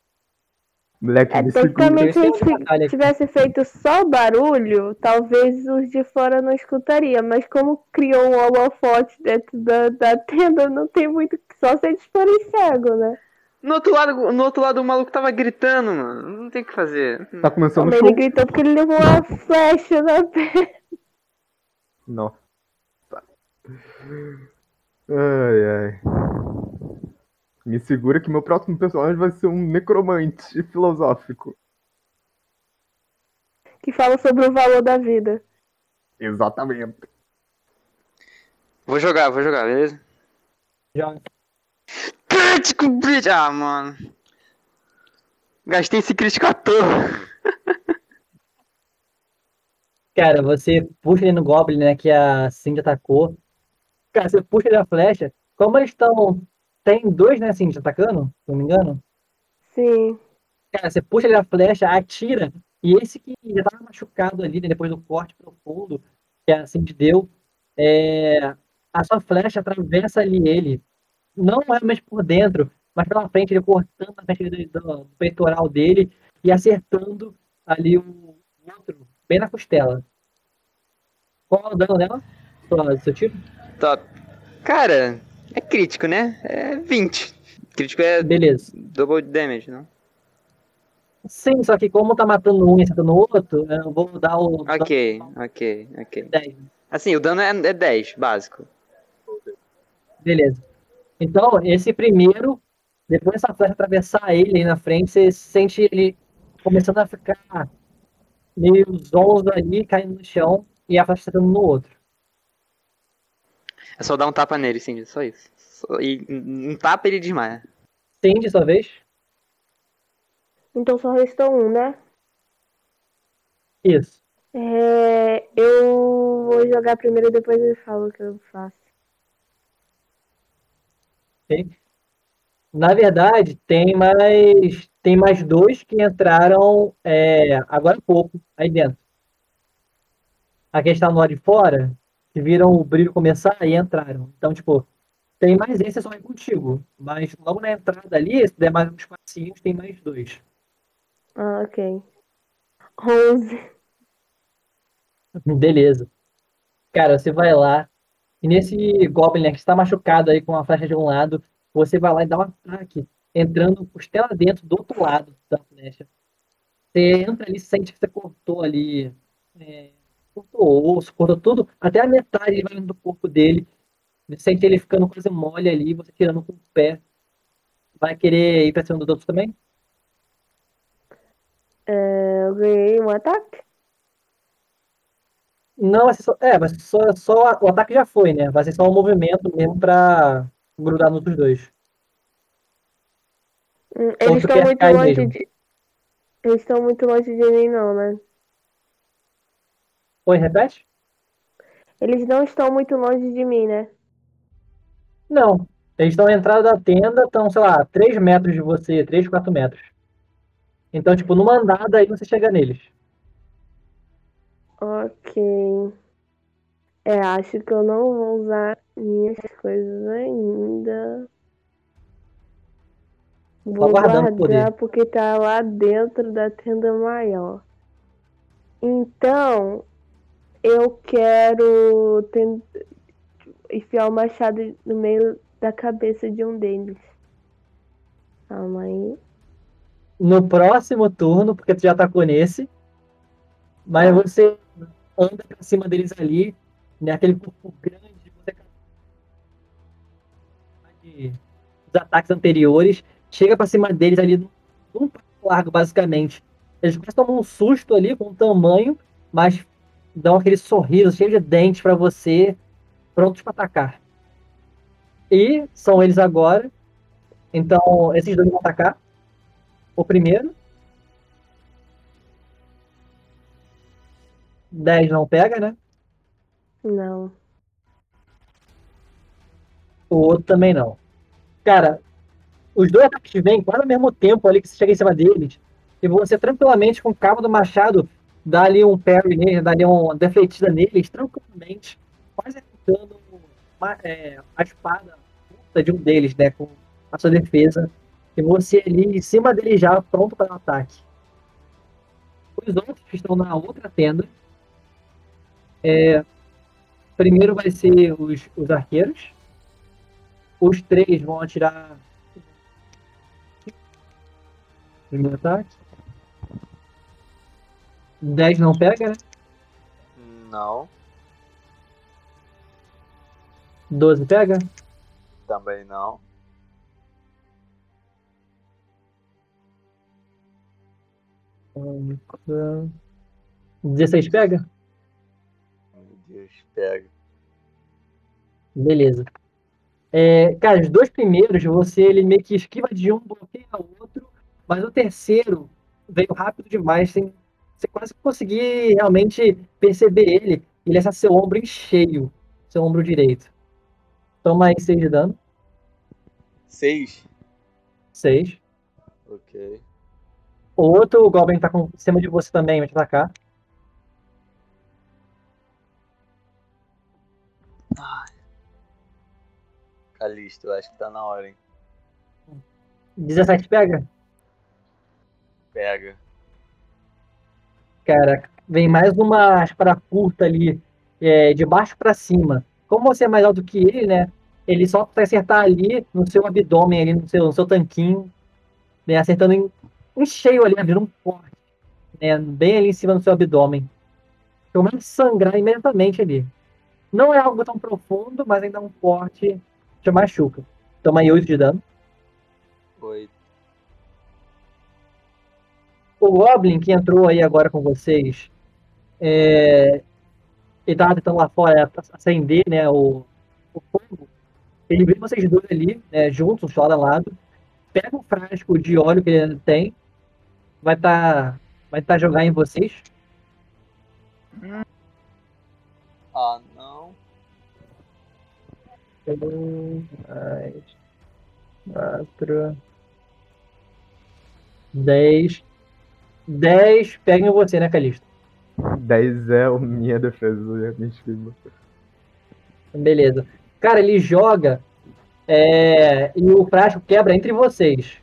C: Moleque,
A: É,
C: me
F: Então,
C: segura.
A: tecnicamente, se a gente
F: Tem batalha
A: fi-
F: aqui.
A: tivesse feito só barulho, talvez os de fora não escutaria. Mas como criou um holofote dentro da, da tenda, não tem muito... Só se eles forem cegos, né?
D: No outro lado, no outro lado o maluco tava gritando, mano. Não tem o que fazer.
C: Tá começando o
A: Também ele
C: show.
A: gritou porque ele levou uma flecha na perna.
C: Nossa. Ai, ai. Me segura que meu próximo personagem vai ser um necromante filosófico.
A: Que fala sobre o valor da vida.
C: Exatamente.
D: Vou jogar, vou jogar, beleza?
F: Joga.
D: Crítico, bitch! Ah, mano. Gastei esse crítico à toa.
F: Cara, você puxa ele no Goblin, né? Que a Cindy atacou. Cara, você puxa ele a flecha. Como eles estão. Tem dois, né, Cindy, atacando? Se não me engano.
A: Sim.
F: Cara, você puxa ali a flecha, atira, e esse que já tava machucado ali, né, depois do corte profundo que a Cindy deu, é, a sua flecha atravessa ali ele, não realmente por dentro, mas pela frente, ele cortando a frente do, do- do peitoral dele e acertando ali o outro, bem na costela. Qual é o dano dela? Sua- Seu tiro?
D: Top. Cara, é crítico, né? É 20. Crítico é
F: Beleza.
D: double damage, não?
F: Sim, só que como tá matando um e acertando o outro, eu vou dar o dano
D: Ok, ok, ok.
F: 10.
D: Assim, o dano é, é 10, básico.
F: Beleza. Então, esse primeiro, depois dessa flecha atravessar ele aí na frente, você sente ele começando a ficar meio zonzo ali, caindo no chão, e a flecha acertando no outro.
D: É só dar um tapa nele, sim, só isso. Só- e um um tapa ele desmaia.
F: Cindy, sua vez?
A: Então só restou um, né?
F: Isso.
A: É, eu vou jogar primeiro e depois eu falo o que eu faço.
F: Na verdade, tem mais tem mais dois que entraram é, agora há pouco, aí dentro. Aqui está no lado de fora, que viram o brilho começar e entraram. Então, tipo, tem mais esse só aí contigo. Mas logo na entrada ali, se der mais uns passinhos, tem mais dois.
A: Ah, ok. 11.
F: Beleza. Cara, você vai lá. E nesse Goblin né, que está machucado aí com a flecha de um lado, você vai lá e dá um ataque, entrando costela dentro do outro lado da flecha. Você entra ali, sente que você cortou ali. é, cortou o osso, cortou tudo, até a metade ele vai indo do corpo dele. Você sente ele ficando quase mole ali, você tirando com o pé. Vai querer ir pra cima do outro também?
A: É, eu ganhei um ataque?
F: Não, vai ser só, é, vai ser só, só- o ataque já foi, né? Vai ser só um movimento mesmo pra grudar nos outros dois.
A: Hum,
F: Ou tu
A: Eles estão
F: quer
A: muito
F: cair
A: longe
F: mesmo?
A: de. Eles estão muito longe de mim, não, né?
F: Oi, repete?
A: Eles não estão muito longe de mim, né?
F: Não. Eles estão na entrada da tenda, estão, sei lá, 3 metros de você, 3, 4 metros. Então, tipo, numa andada aí você chega neles.
A: Ok. É, acho que eu não vou usar minhas coisas ainda. Vou
F: guardando
A: tá
F: o poder.
A: guardar porque tá lá dentro da tenda maior. Então, eu quero ten- enfiar o machado no meio da cabeça de um deles. Calma aí.
F: No próximo turno, porque tu já atacou nesse. Mas você anda pra cima deles ali, né? Aquele corpo grande, você de- dos ataques anteriores, chega pra cima deles ali num num passo largo, basicamente. Eles quase tomam um susto ali com o tamanho, mas dão aquele sorriso cheio de dentes pra você, prontos pra atacar. E são eles agora. Então, esses dois vão atacar. O primeiro. 10 não pega, né?
A: Não.
F: O outro também não. Cara, os dois ataques vêm quase ao mesmo tempo ali que você chega em cima deles. E você tranquilamente, com o cabo do machado, dá ali um parry nele, dá ali uma defletida neles, tranquilamente, quase arrancando uma- é, a espada curta de um deles, né? Com a sua defesa. E você ali em cima dele já, pronto para o ataque. Os outros que estão na outra tenda. é, primeiro vai ser os- os arqueiros. Os três vão atirar. Primeiro ataque. 10 não pega, né?
B: Não,
F: 12 pega.
B: também não.
F: Um, dois, 16 pega?
B: Meu Deus, pega.
F: Beleza. É, cara, os dois primeiros, você ele meio que esquiva de um, bloqueia o outro, mas o terceiro veio rápido demais, sem você quase conseguir realmente perceber ele. Ele essa seu ombro em cheio, seu ombro direito. Toma aí 6 de dano.
B: Seis?
F: 6.
B: Ok.
F: O outro Goblin tá com, em cima de você também, vai te atacar.
B: Calisto, eu acho que tá na hora, hein?
F: 17 pega?
B: Pega.
F: Cara, vem mais uma espada curta ali, é, de baixo pra cima. Como você é mais alto que ele, né? Ele só vai acertar ali no seu abdômen, ali no seu, no seu tanquinho, né? Acertando em, em cheio ali, abrindo um corte, né? Bem ali em cima do seu abdômen. Começa a sangrar imediatamente ali. Não é algo tão profundo, mas ainda é um corte te machuca. Toma aí 8 de dano.
B: Oito.
F: O Goblin que entrou aí agora com vocês, é, ele tava tentando lá fora acender né, o, o fogo. Ele vê vocês dois ali, né, juntos, lado a lado, pega um frasco de óleo que ele tem, vai tá, vai tá jogar em vocês.
B: Ah, não.
F: Um, dois, quatro, dez. Dez, pega em você, né, Calista?
C: 10 é a minha defesa, é a minha esquiva.
F: Beleza. Cara, ele joga é, e o frasco quebra entre vocês.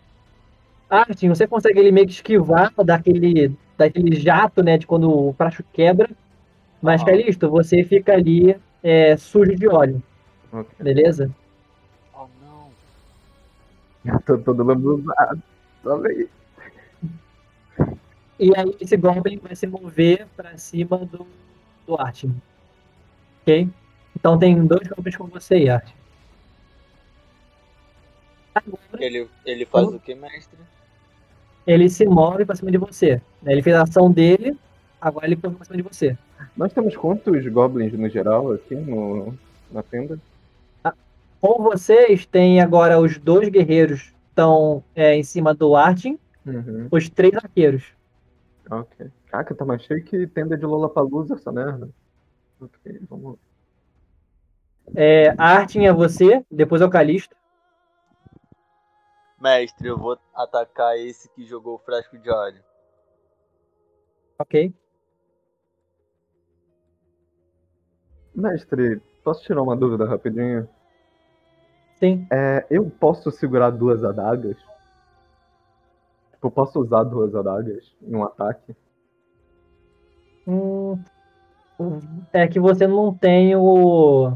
F: Artin, você consegue ele meio que esquivar daquele, daquele jato, né? De quando o frasco quebra. Mas,
B: Aham.
F: Calixto, você fica ali é, sujo de óleo,
C: Ok.
F: beleza?
B: Oh, não.
C: Tô todo lambuzado. Toma aí.
F: E aí esse Goblin vai se mover pra cima do, do Artin. Ok? Então tem dois Goblins com você aí, Artin. Agora,
B: Ele, ele faz o que, mestre?
F: ele se move pra cima de você. né? Ele fez a ação dele, agora ele corre pra cima de você.
C: Nós temos quantos goblins no geral aqui no, na tenda?
F: Com vocês, tem agora os dois guerreiros que estão é, em cima do Artin,
C: Uhum.
F: os três arqueiros.
C: Ok. Caraca, tá mais cheio que tenda de Lollapalooza essa merda. Ok, vamos lá.
F: É, Artin é você, depois é o Calixto.
B: Mestre, eu vou atacar esse que jogou o frasco de óleo.
F: Ok.
C: Mestre, posso tirar uma dúvida rapidinho?
F: Sim.
C: É, eu posso segurar duas adagas? Tipo, eu posso usar duas adagas em um ataque?
F: Hum, é que você não tem o,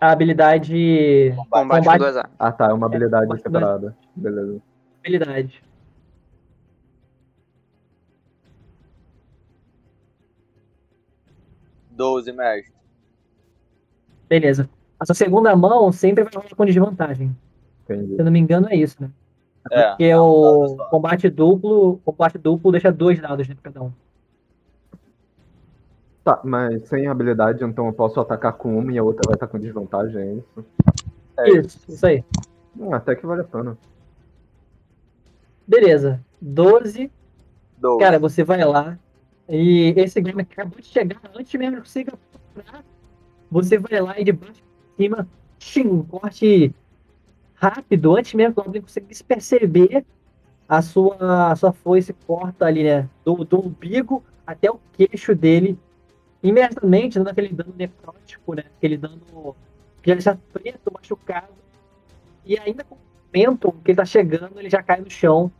F: a habilidade.
D: Combate, com
F: Combate.
D: duas armas.
C: Ah, tá, é uma habilidade
F: mas-
C: separada. Beleza.
F: habilidade.
B: Doze, mestre.
F: Beleza. A sua segunda mão sempre vai rolar com desvantagem.
C: Entendi.
F: Se eu não me engano, é isso, né?
B: É.
F: Porque o
B: dado só.
F: combate duplo, combate duplo deixa dois dados né, pra cada um.
C: Tá, mas sem habilidade, então eu posso atacar com uma e a outra vai estar com desvantagem, é isso?
B: É
F: isso, isso aí.
C: Hum, até que vale a pena.
F: Beleza. 12
B: Doze.
F: Cara, você vai lá e esse game acabou de chegar, antes mesmo que você comprar, você vai lá e de baixo pra cima, tchim, um corte rápido, antes mesmo que o Goblin conseguisse perceber, a sua, a sua foice corta ali, né? Do, do umbigo até o queixo dele, imediatamente dando aquele dano necrótico, né? Aquele dano que ele está preto, machucado, e ainda com o momento que ele tá chegando, ele já cai no chão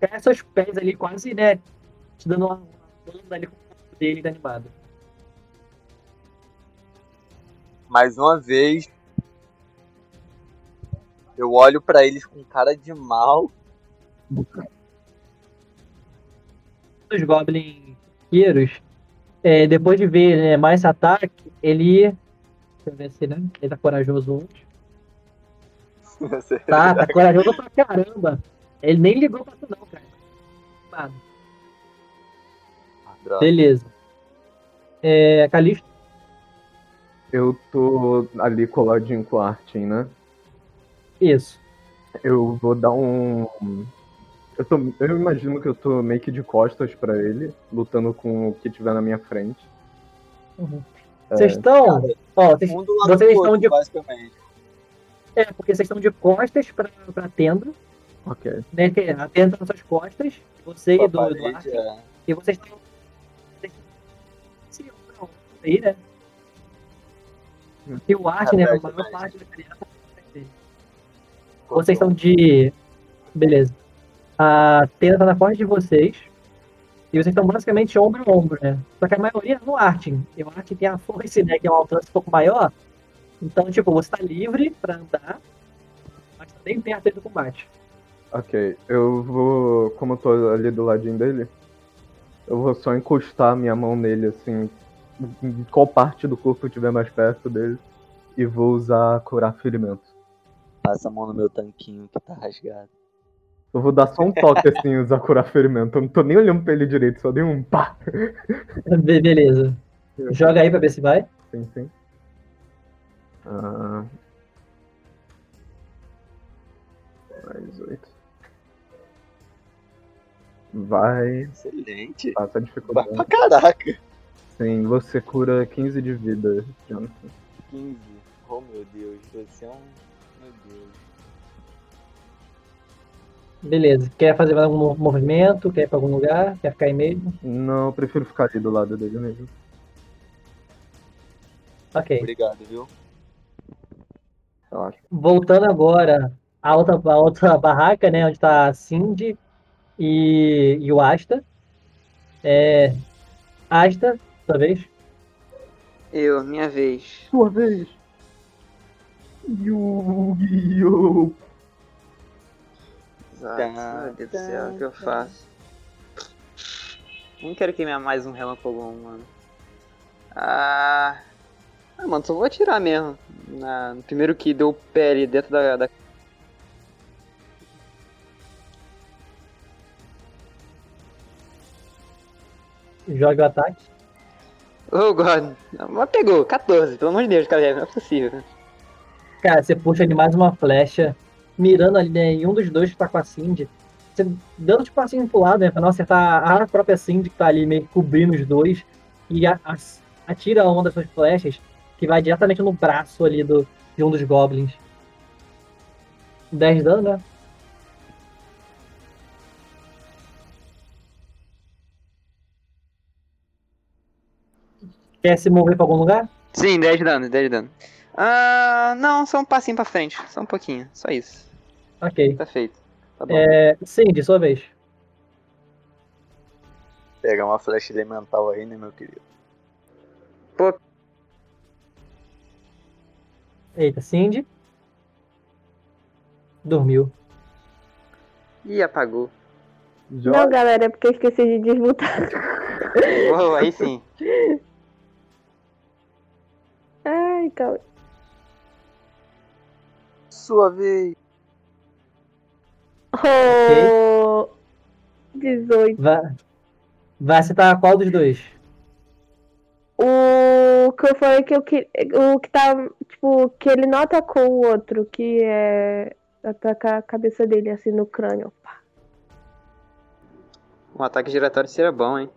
F: até seus pés ali, quase, né? Te dando uma uma banda ali com o corpo dele tá animado.
B: mais uma vez, eu olho pra eles com cara de mal. *laughs*
F: Os Goblin Queiros, é, depois de ver né, mais esse ataque, ele. Deixa eu ver se né, ele tá corajoso hoje. Tá, tá corajoso pra caramba. Ele nem ligou pra tu, não, cara. Animado.
B: Droga.
F: Beleza. É, Calixto,
C: Eu tô ali coladinho com a Artin, né?
F: isso.
C: Eu vou dar um. Eu, tô... eu imagino que eu tô meio que de costas pra ele, lutando com o que tiver na minha frente. É,
F: Vocês estão.
B: É, Cara,
F: Ó, vocês
B: Um do lado
F: Vocês
B: do outro,
F: estão de-
B: basicamente.
F: É, porque vocês estão de costas pra, pra tenda,
C: Ok.
F: né? que A tenda nas suas costas, você
B: Com
F: e
B: a
F: do
B: parede,
F: Eduardo.
B: é.
F: E vocês um estão. vocês estão- Sim, eu não. Aí, né? E o Arte, né? A
B: Aberto,
F: maior
B: aberto.
F: parte da criança. Vocês estão de. Beleza. A tenda tá na frente de vocês. E vocês estão basicamente ombro a ombro, né? Só que a maioria no Arte. E o Arte tem a força, né? Que é um alcance um pouco maior. Então, tipo, você tá livre pra andar. Mas tá bem perto aí do combate. *laughs*
C: Ok. Eu vou. Como eu tô ali do ladinho dele, eu vou só encostar minha mão nele, assim. Em qual parte do corpo tiver mais perto dele. E vou usar curar ferimento.
B: Passa a mão no meu tanquinho que tá rasgado.
C: Eu vou dar só um toque assim e usar curar ferimento. Eu não tô nem olhando pra ele direito, só dei um pá.
F: Be- beleza. Joga aí pra ver se vai.
C: Sim, sim. Ah. Mais oito. Vai.
B: Excelente.
C: Passa a
B: Vai
C: dificuldade.
B: pra caraca.
C: Sim, você cura 15 de vida, Jonathan.
B: 15. Oh meu Deus, você é um. Meu Deus.
F: Beleza. Quer fazer mais algum mo- movimento? Quer ir pra algum lugar? Quer ficar aí mesmo?
C: Não, eu prefiro ficar ali do lado dele mesmo.
F: Ok.
B: Obrigado, viu?
C: Relaxa.
F: Voltando agora à outra, à outra *laughs* barraca, né? Onde tá a Cindy e, e o Asta. É. Asta, sua vez.
D: Eu, minha vez.
C: Sua vez! Yu-Gi-Oh!
D: Exato. Meu Deus do céu, o que eu faço? Não quero queimar mais um relâmpago, mano. Ah. Ah, mano, só vou atirar mesmo. Na- no primeiro que deu o pé ali dentro da. da...
F: Joga o ataque.
D: Oh, God. Mas pegou, 14, pelo amor de Deus, cara, não é possível.
F: Cara, você puxa ali mais uma flecha, mirando ali né, em um dos dois que tá com a Cindy. Você dando tipo assim pro lado, né? Pra não acertar a própria Cindy que tá ali meio que cobrindo os dois. E a- a- atira uma das suas flechas, que vai diretamente no braço ali do, de um dos goblins. 10 de dano, né? Quer se mover pra algum lugar?
D: Sim, 10 de dano, 10 de dano. Ah, não, só um passinho pra frente, só um pouquinho, só isso.
F: Ok.
D: Tá feito. Tá bom.
F: É, Cindy, sua vez.
B: Pegar uma flecha elemental aí, né, meu querido?
F: Eita, Cindy. Dormiu.
D: Ih, apagou.
A: Não,
C: Jorge,
A: galera, é porque eu esqueci de desmutar. *laughs*
D: Uou, aí sim.
A: Ai, calma.
B: Sua vez.
A: Oh, 18.
F: Vai, vai citar qual dos dois?
A: O que eu falei que eu que o que tá, tipo, que ele não atacou o outro, que é atacar a cabeça dele assim no crânio.
D: Um ataque giratório seria bom, hein?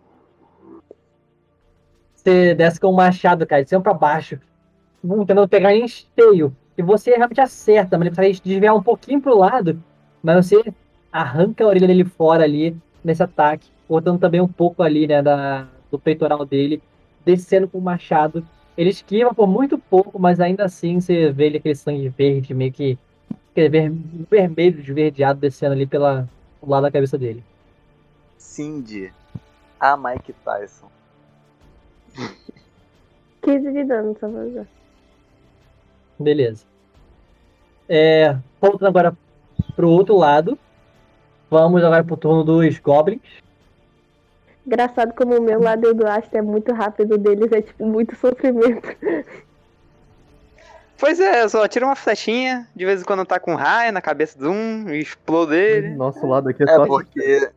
F: Você desce com um machado, cara, de cima pra baixo. Bum, tentando pegar em cheio. E você realmente acerta, mas ele precisa desviar um pouquinho pro lado. Mas você arranca a orelha dele fora ali, nesse ataque. Cortando também um pouco ali, né, da, do peitoral dele. Descendo com o machado. Ele esquiva por muito pouco, mas ainda assim você vê ele aquele sangue verde, meio que... Aquele ver, vermelho esverdeado descendo ali pela, pelo lado da cabeça dele.
B: Cindy. A Mike Tyson.
A: 15 de dano, só pra avisar.
F: Beleza. É, voltando agora pro outro lado. Vamos agora pro turno dos Goblins.
A: Engraçado como o meu lado e o do Asta é muito rápido o deles, é tipo muito sofrimento.
D: Pois é, só tira uma flechinha, de vez em quando tá com raio na cabeça de um, e explode ele.
C: nosso lado aqui é,
B: É
C: só.
B: porque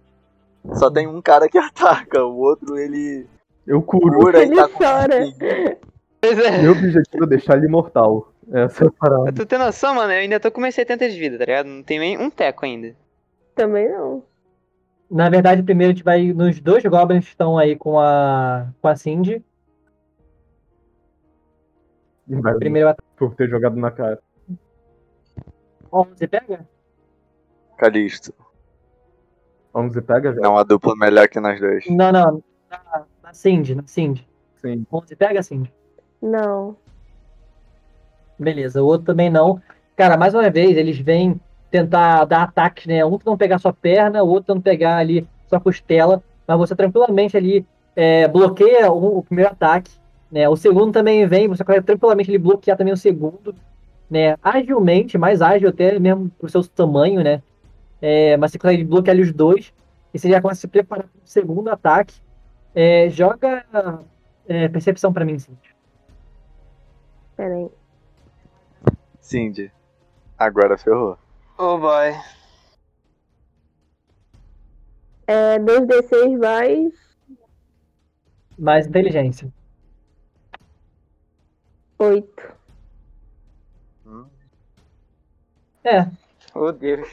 B: só tem um cara que *laughs* ataca, o outro ele
C: Eu curo.
B: cura e
A: Ele
B: tá com
A: chora.
D: Pois é.
C: Meu objetivo é deixar ele imortal. Essa é a parada.
D: Tu tem noção, mano? Eu ainda tô com meus 70 de vida, tá ligado? Não tem nem um teco ainda.
A: Também não.
F: Na verdade, primeiro a gente vai nos dois Goblins que estão aí com a, com a Cindy.
C: Inverno,
F: Primeiro ataque
C: Por ter jogado na cara.
F: 11 pega?
B: Calixto.
C: Vamos e pega, já?
B: Não, a dupla melhor que nós dois.
F: Não, não. Na, na Cindy, na Cindy.
C: Sim.
F: 11 pega, Cindy?
A: Não.
F: Beleza, o outro também não. Cara, mais uma vez, eles vêm tentar dar ataques, né? Um tentando pegar sua perna, o outro tentando pegar ali sua costela, mas você tranquilamente ali é, bloqueia o, o primeiro ataque, né? O segundo também vem, você consegue tranquilamente ele bloquear também o segundo, né? Agilmente, mais ágil até mesmo pro seu tamanho, né? É, mas você consegue bloquear ali os dois, e você já começa a se preparar para o segundo ataque. É, joga é, percepção pra mim, sim.
A: Pera aí.
B: Cindy. Agora ferrou.
D: Oh boy.
A: É 2d6 mais
F: Mais inteligência.
A: 8.
F: É,
D: Oh Deus.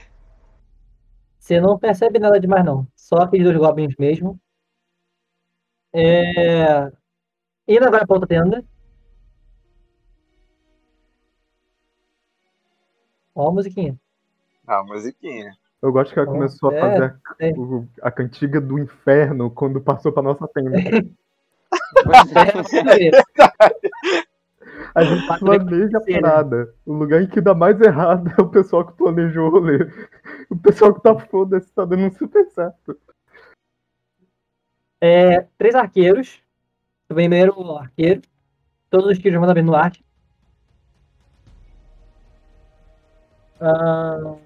F: Você não percebe nada demais, não. Só aqueles dois goblins mesmo. É... Indo agora pra outra tenda. Ó a musiquinha.
B: Ah, musiquinha.
C: Eu gosto que ela
F: Bom,
C: começou
F: é,
C: a fazer a,
F: é.
C: o- a cantiga do inferno quando passou pra nossa tenda.
D: *laughs*
C: A
F: *laughs*
C: gente
F: Quatro
C: planeja a
F: vezes.
C: parada. O lugar em que dá mais errado é o pessoal que planejou o rolê. O pessoal que tá foda-se tá dando um super certo.
F: É, três arqueiros. O primeiro arqueiro. Todos os tiros mandam bem no arco. Ah,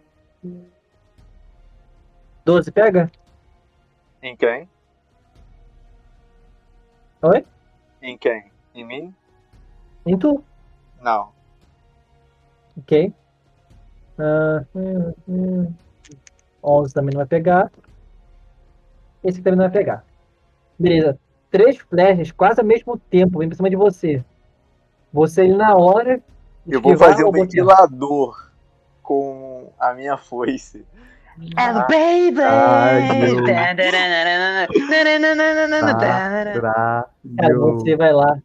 F: 12 pega?
B: Em quem?
F: Oi?
B: Em quem? Em mim?
F: Em tu.
B: Não.
F: Ok. Ah, hum, hum. 11 também não vai pegar. Esse aqui também não vai pegar. Beleza. Três flechas quase ao mesmo tempo vem pra cima de você. Você ali na hora.
B: Eu vou
F: esquivar
B: fazer um
F: ou botar-
B: ventilador com a minha foice.
D: And baby!
C: Ai, meu.
F: Cara,
C: Caralho.
F: você vai lá.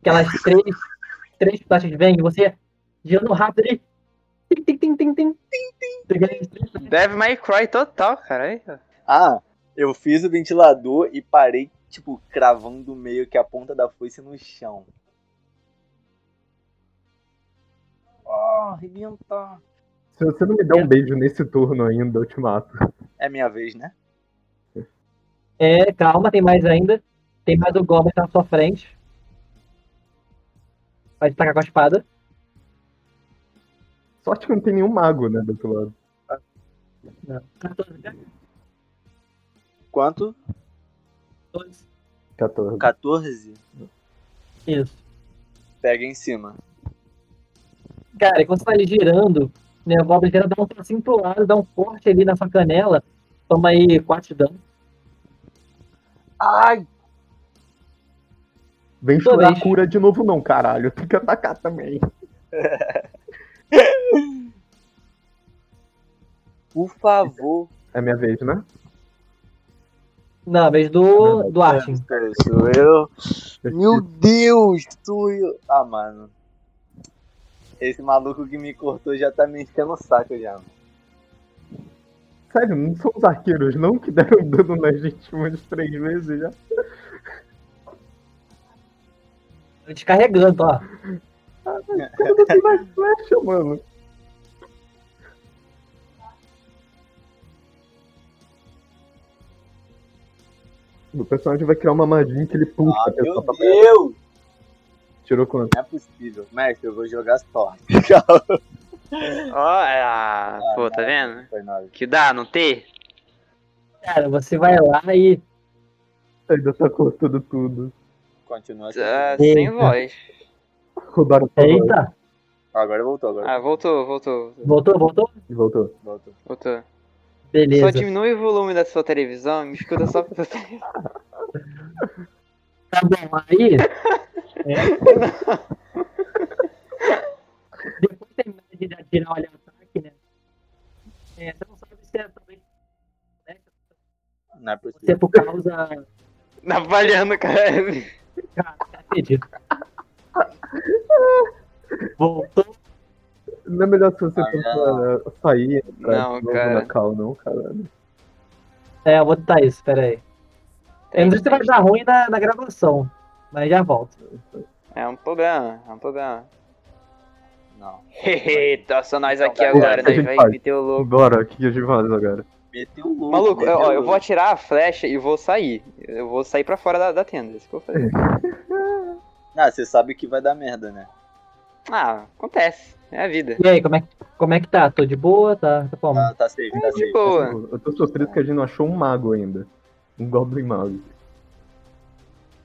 F: Aquelas três, três flechas vêm e você girando rápido ali. Tim, tim, tim, tim, tim. Pegando as três flechas.
D: Deve My Cry total, cara.
B: Ah, eu fiz o ventilador e parei, tipo, cravando meio que a ponta da foice no chão. Oh, arrebentar.
C: Se você não me der um beijo nesse turno ainda, eu te mato.
B: É minha vez, né?
F: É, calma, tem mais ainda. Tem mais o Goblin na sua frente. Vai destacar com a espada.
C: Sorte que não tem nenhum mago, né, do outro lado.
F: Não. 14, né?
B: Quanto?
F: 14.
C: 14.
B: 14?
F: Isso.
B: Pega em cima.
F: Cara, e quando você tá ali girando, né, o Goblin gira, dá um passinho pro lado, dá um corte ali na sua canela. Toma aí 4 de dano.
B: Ai!
C: Vem
F: Toda
C: chorar
F: vez.
C: cura de novo não, caralho. Tem que atacar também.
B: Por favor.
C: É minha vez, né?
F: Na vez do, do Artin.
B: Cara, sou eu. Meu Deus, sou eu. Ah, mano. Esse maluco que me cortou já tá me enchendo o saco já. mano.
C: Sério, não são os arqueiros não que deram dano na gente umas três vezes já?
F: Tô Descarregando, ó.
C: Como não tem mais flecha, mano? O personagem vai criar uma magia que ele puxa
B: Ah,
C: a
B: meu
C: pessoa pra perto.
B: Deus!
C: Tirou quanto?
B: Não é possível. Mestre, eu vou jogar sorte.
D: Ó, é, ah, pô, tá vendo?
B: Foi nada.
D: Que dá, não ter?
F: Cara, você vai lá e.
C: Ainda tá cortando tudo.
B: Continua.
D: Ah, sem voz.
C: Rodaram pra lá
F: Eita!
B: Agora voltou, agora
D: Ah, voltou, voltou,
F: Voltou, voltou?
C: e
D: Ah.
C: voltou.
B: voltou.
D: voltou.
F: Beleza.
D: Só diminui o volume da sua televisão e me escuta só pela televisão.
F: Tá bom, aí. É. Depois terminar de dar- tirar olhar o ataque, né? É, você não sabe se é também. Né?
B: Não é possível.
F: Se é por causa.
D: Trabalhando, cara.
F: Cara, tá perdido. Voltou.
C: Não é melhor se você
B: Ah,
C: tentar sair atrás
D: Não,
C: de novo
D: cara.
C: na cal, não, caralho.
F: É, eu vou botar isso, peraí. Eu não sei se vai
D: Tem-
F: dar ruim na, na gravação, mas já volto.
D: É um problema, é um problema.
B: Não.
D: Eita, só nós aqui
B: Não,
D: agora,
C: cara, a
D: nós
C: gente
D: vai
C: faz.
D: meter o louco.
C: Bora, o que a gente faz agora?
B: Meteu o louco.
D: Maluco,
B: meteu
D: eu, ó, eu
B: louco.
D: vou atirar a flecha e vou sair. Eu vou sair pra fora da, da tenda, é isso que eu *laughs* vou fazer.
B: Ah, você sabe que vai dar merda, né?
D: Ah, acontece, é a vida.
F: E aí, como é, que- como é que tá? Tô de boa? Tá, tá como?
B: Tá, tá safe, tá
D: De
B: safe.
D: boa.
C: Eu tô surpreso que a gente não achou um mago ainda. Um Goblin Mago.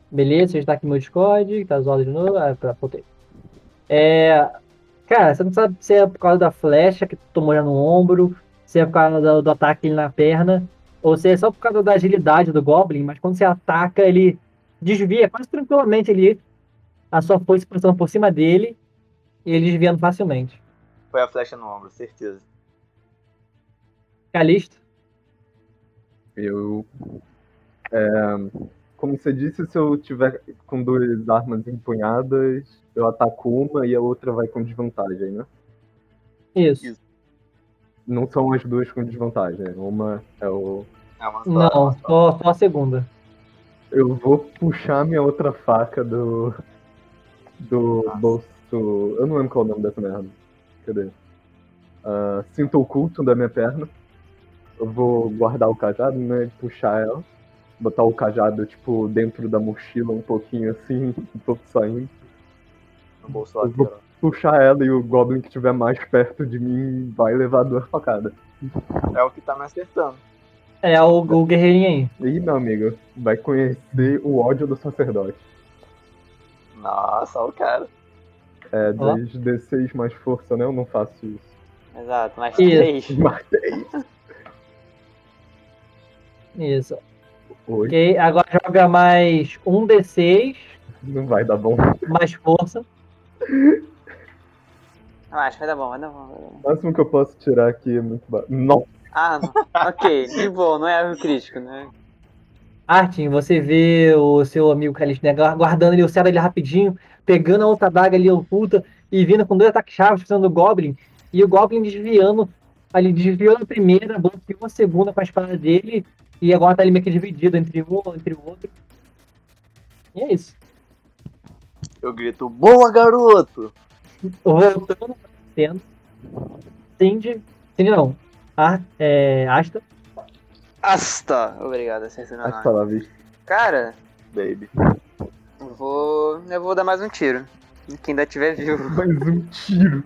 F: Beleza, você está aqui no meu Discord, tá zoado de novo. Ah, pra, voltei. É. Cara, você não sabe se é por causa da flecha que tu tomou já no ombro, se é por causa do, do ataque ali na perna, ou se é só por causa da agilidade do Goblin, mas quando você ataca, ele desvia quase tranquilamente ali a sua força passando por cima dele e ele desviando facilmente.
B: Foi a flecha no ombro, certeza.
F: Calisto,
C: Eu. é, como você disse, se eu tiver com duas armas empunhadas, eu ataco uma e a outra vai com desvantagem, né?
F: isso.
B: Isso.
C: Não são as duas com desvantagem. Uma é o.
B: É uma só.
F: Não, só, só a segunda.
C: Eu vou puxar minha outra faca do. Do bolso. Eu não lembro qual é o nome dessa merda. Cadê? Ah, cinto oculto da minha perna. Eu vou guardar o cajado, né? Puxar ela. Botar o cajado, tipo, dentro da mochila um pouquinho assim, *laughs* um pouco saindo.
B: No bolso lateral.
C: Puxar ela e o Goblin que estiver mais perto de mim vai levar duas facadas.
B: É o que tá me acertando.
F: É o, o guerreirinho aí.
C: Ih, meu amigo, vai conhecer o ódio do sacerdote.
B: Nossa, olha o cara.
C: É
F: Ó.
C: 2d6 mais força, né? Eu não faço isso.
D: Exato, é mais
F: Isso.
D: três.
F: Isso.
C: Hoje
F: Ok, agora joga mais um D6,
C: não vai dar bom.
F: mais força.
D: Ah, acho que vai dar bom, vai dar bom. Vai dar bom.
C: O máximo que eu posso tirar aqui é muito baixo. Nossa,
D: Ah, *laughs* não. ok, de boa, não é erro crítico, né?
F: Artin, você vê o seu amigo Calixto né, guardando ali o cérebro ali rapidinho, pegando a outra daga ali oculta e vindo com dois ataques chaves fazendo o Goblin. E o Goblin desviando, ali desviou na primeira, bloqueou a segunda com a espada dele e agora tá ali meio que dividido entre um entre o outro. E é isso.
B: Eu grito, boa, garoto!
F: Voltando pra cena, Cindy, Cindy não, Ar, é, Asta,
D: Asta! Obrigado, acertei meu
C: Hasta
D: nome.
C: lá, vista,
D: Cara,
B: baby.
D: eu vou. Eu vou dar mais um tiro. Quem ainda tiver vivo.
C: Mais um tiro.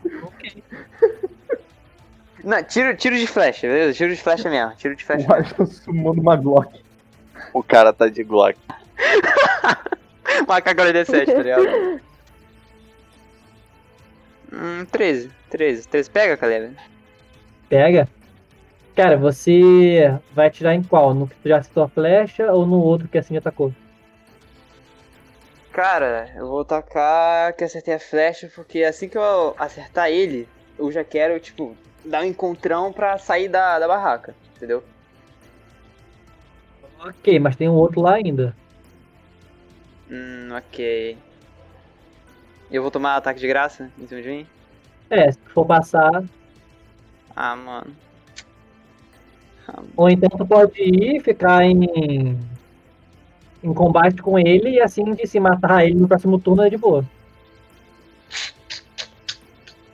D: Não, tiro, tiro de flecha, beleza? Tiro de flecha mesmo. Tiro de flecha.
C: O Asta *laughs* sumando uma Glock.
B: O cara tá de Glock.
D: *laughs* Marca agora 17, tá ligado? *laughs* Hum, 13. 13. 13. Pega, Caleb.
F: Pega. Cara, você vai atirar em qual? No que tu já acertou a flecha ou no outro que assim atacou?
D: Cara, eu vou tacar que eu acertei a flecha, porque assim que eu acertar ele, eu já quero, tipo, dar um encontrão pra sair da, da barraca, entendeu?
F: Ok, mas tem um outro lá ainda.
D: Hum, ok. Eu vou tomar ataque de graça em cima de mim?
F: É, se tu for passar,
D: Ah, mano.
F: ou então tu pode ir ficar em em combate com ele e assim de se matar ele no próximo turno é de boa.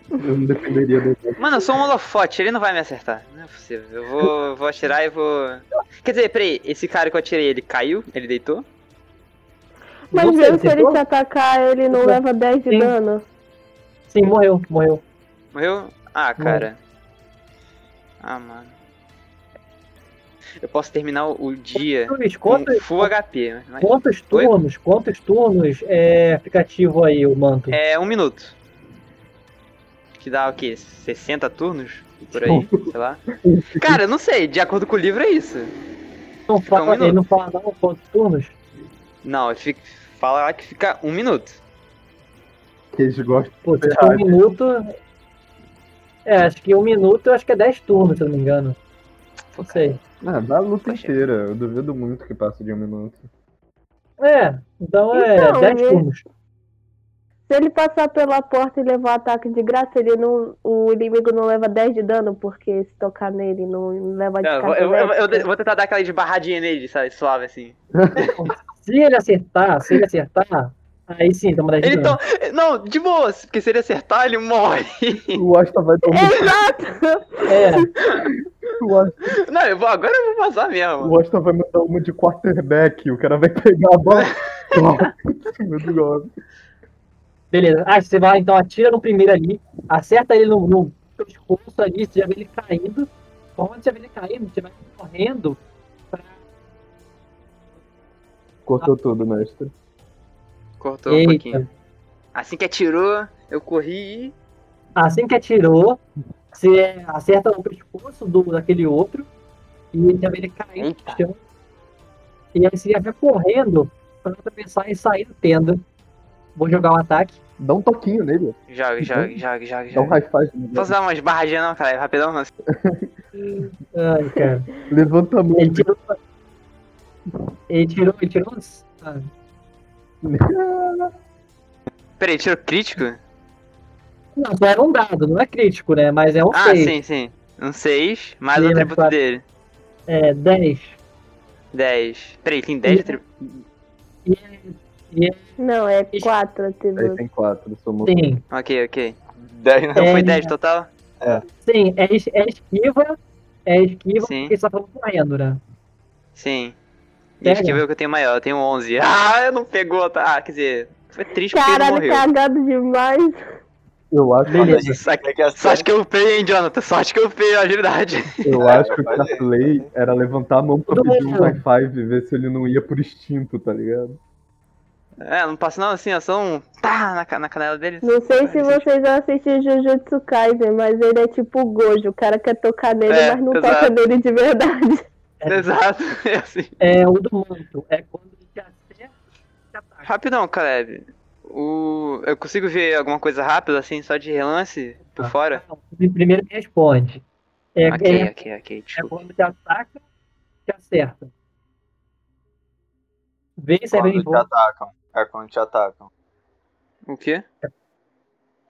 C: Eu não dependeria do.
D: Mano, eu sou um holofote, ele não vai me acertar. Não é possível. Eu vou, eu vou atirar e vou. Quer dizer, peraí, esse cara que eu atirei, ele caiu? Ele deitou?
A: Mas
F: Não sei,
A: mesmo se ele tá-
F: acertou?
A: te atacar, ele não
F: Acertou.
A: leva 10 de
F: Sim.
A: dano.
F: Sim, morreu, morreu.
D: Morreu? Ah, cara. Ah, mano. Eu posso terminar o o dia
F: Luiz,
D: com
F: quantos,
D: full HP. né? É, Mas-
F: quantos
D: Oi?
F: turnos, quantos turnos é, fica ativo aí o manto?
D: É um minuto. Que dá o quê? 60 turnos? Por aí, sei lá. Cara, eu não sei, de acordo com o livro é isso.
F: não fala,
D: um
F: ele não fala não quantos turnos?
D: Não, ele fica- fala lá que fica um minuto.
C: Que eles gostam.
F: Pô, se for um minuto. É, acho que um minuto, eu acho que é 10 turnos, se eu não me engano.
D: Pô,
F: Não
D: cara,
F: sei.
C: Ah, dá a luta
D: Poxa.
C: inteira. Eu duvido muito que passe de um minuto.
F: É, então é
A: Então,
F: 10
A: né?
F: turnos.
A: Se ele passar pela porta e levar ataque de graça, ele não, o inimigo não leva 10 de dano, porque se tocar nele não leva de
D: Não, eu, vou- eu- eu- eu de- vou tentar dar aquela de barradinha nele, sabe? Suave assim.
F: Se ele acertar, se ele acertar, aí sim, toma 10 de
D: Ele então-
F: dano.
D: to... Não, de boa, porque se ele acertar, ele morre. *laughs*
C: O Asta vai dar um.
F: É,
C: O Asta
D: Não, eu vou, agora eu vou passar mesmo.
C: O Washington vai mandar uma de quarterback, o cara vai pegar a bola. Nossa, Muito golpe.
F: beleza. Ah, você vai, então atira no primeiro ali, acerta ele no, no pescoço ali, você já vê ele caindo. Quando você vê ele caindo, você vai correndo.
C: Cortou tudo, mestre.
D: Cortou um
F: Eita.
D: pouquinho. Assim que atirou, eu corri e
F: Assim que atirou, você acerta o pescoço do, daquele outro e ele também ele cai no
D: Eita.
F: chão. E aí você já vai correndo pra atravessar e sair da tenda. Vou jogar um ataque.
C: Dá um toquinho nele,
D: joga, joga, joga, joga,
C: dá um
D: joga.
C: high five nele.
D: Posso dar umas barradinhas não, cara? Rapidão, não.
F: Ai, cara.
C: Levanta a mão.
F: Ele tirou. Ele tirou. Ele tirou uns. ah,
D: Peraí, tirou crítico?
F: Não, só era um dado, não é crítico, né? Mas é um
D: Ah,
F: 6.
D: sim, sim. Um 6, mais o
F: Ele é
D: atributo
F: quatro. É 10.
D: dele. 10. Peraí, tem 10
F: Ele-
D: atributos.
A: Não, é
F: Ixi.
A: 4
C: Aí
A: atributos.
C: tem quatro, somou.
F: Sim.
D: Ok, ok.
B: 10
D: Então
F: É.
D: foi 10 total?
F: Sim, é, es- é esquiva. É esquiva
D: Sim.
F: porque você tá falando correndo, né?
D: Sim. E
F: Pega.
D: acho que veio o que eu tenho maior, eu tenho 11. *laughs* Ah, não pegou, tá? Ah, quer dizer, foi triste porque ele
A: Caralho,
D: morreu.
A: cagado demais.
C: Eu acho,
F: Beleza.
D: Só que-
B: É que
D: só
B: acerta.
D: acho que eu peguei, hein, Jonathan? Só acho que eu peguei a agilidade. *laughs*
C: eu acho que o Catley era levantar a mão pra
F: Todo
C: pedir um
F: mundo.
C: high five e ver se ele não ia por instinto, tá ligado?
D: É, não passa não assim, ó, só um tá na, ca- na canela dele.
A: Não sei se
D: Ah,
A: vocês já assistiram Jujutsu Kaisen, mas ele é tipo o Gojo. O cara quer tocar nele,
D: É,
A: mas não
D: exato.
A: toca nele de verdade.
D: Exato, *laughs* é assim.
F: É o do manto. É quando ele te acerta e te ataca.
D: Rapidão, Caleb. O... Eu consigo ver alguma coisa rápida, assim, só de relance, por
F: Ah.
D: fora?
F: Não, Primeiro me responde. É,
D: Ok,
F: é-
D: ok, ok,
F: é
D: desculpa.
F: quando te ataca, te acerta. Vê se é bem
D: tá.
B: Quando te
F: bom.
B: atacam. É quando te atacam.
D: O quê?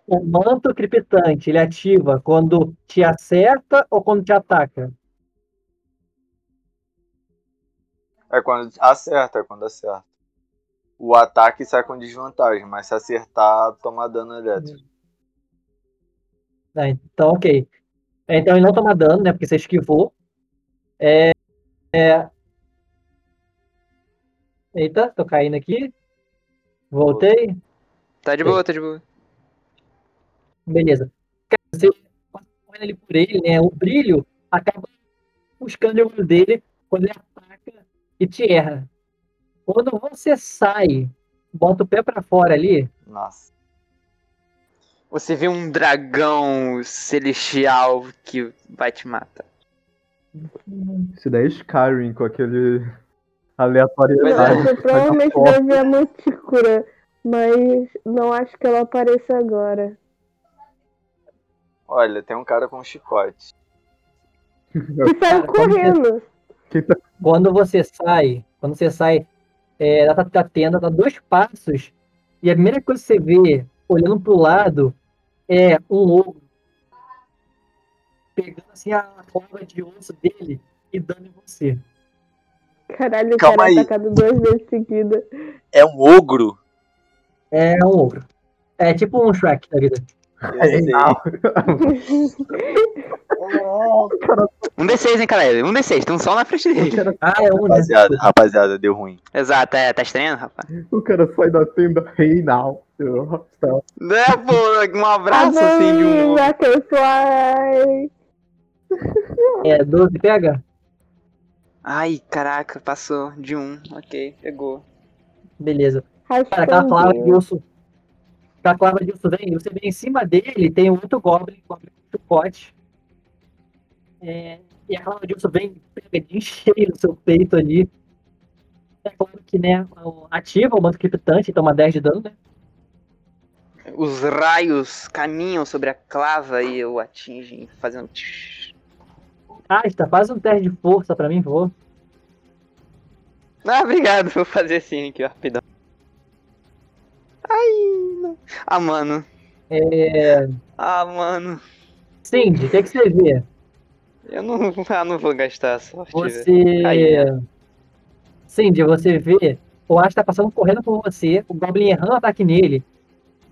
F: O manto crepitante, ele ativa quando te acerta ou quando te ataca?
B: É quando acerta, é quando acerta. O ataque sai com desvantagem, mas se acertar, toma dano elétrico.
F: né? Ah, então, ok. É, Então ele não toma dano, né? Porque você esquivou. Eita, tô caindo aqui. Voltei.
D: Tá de boa, tá de boa.
F: Beleza. Cara, você passa correndo ali por ele, né? O brilho acaba buscando o olho dele quando ele ataca e te erra. Quando você sai, bota o pé pra fora ali,
B: Nossa.
D: Você vê um dragão celestial que vai te matar.
C: Se der Skyrim é com aquele *laughs* aleatório.
D: Pois é.
A: Nossa,
C: que faz a
A: né? Tipo, provavelmente
C: foto.
A: deve a mantícora, mas não acho que ela apareça agora.
B: Olha, tem um cara com um chicote.
A: E saiu
F: Cara, como
A: correndo.
F: quando você sai, quando você sai é, da, da tenda, dá dois passos, e a primeira coisa que você vê, olhando pro lado, é um ogro pegando assim a cobra de osso dele e dando em você.
A: Caralho, o
B: Calma
A: cara
B: aí.
A: atacado duas vezes seguida.
B: É um ogro?
F: É um ogro. É tipo um Shrek da vida.
B: Eu sei. *laughs*
D: Um D6, hein, Caleb? Um D6, tem um sol na frente dele.
F: Ah, é um, né?
B: Rapaziada, rapaziada, deu ruim.
D: *laughs* Exato, é, tá estranho, rapaz?
C: O cara sai da tenda, hey now. tá, Eu-
D: Não é, pô, um abraço
A: Ah,
D: assim de um.
A: Vai, vai,
F: É, 12 pega?
D: Ai, caraca, passou de um. Ok, pegou.
F: Beleza.
A: vai.
F: Cara, aquela palavra de
A: Raspando.
F: urso. Aquela palavra de urso vem, você vem em cima dele, tem outro Goblin, Goblin com chicote. É, e a palavra de urso vem, pega de encheio no seu peito ali. É claro que, né, o- ativa o manto criptante, toma 10 de dano, né?
D: Os raios caminham sobre a clava e o atingem, fazendo. tsh.
F: Asta, faz um teste de força pra mim, por favor.
D: Ah, obrigado, vou fazer assim aqui, ó, rapidão. Ai, não. Ah, mano.
F: É,
D: Ah, mano.
F: Cindy, o que, que você vê?
D: Eu não, *laughs* ah, não vou gastar a sorte, velho.
F: Você.
D: Aí,
F: Cindy, você vê o Asta passando correndo por você, o Goblin errando o ataque nele.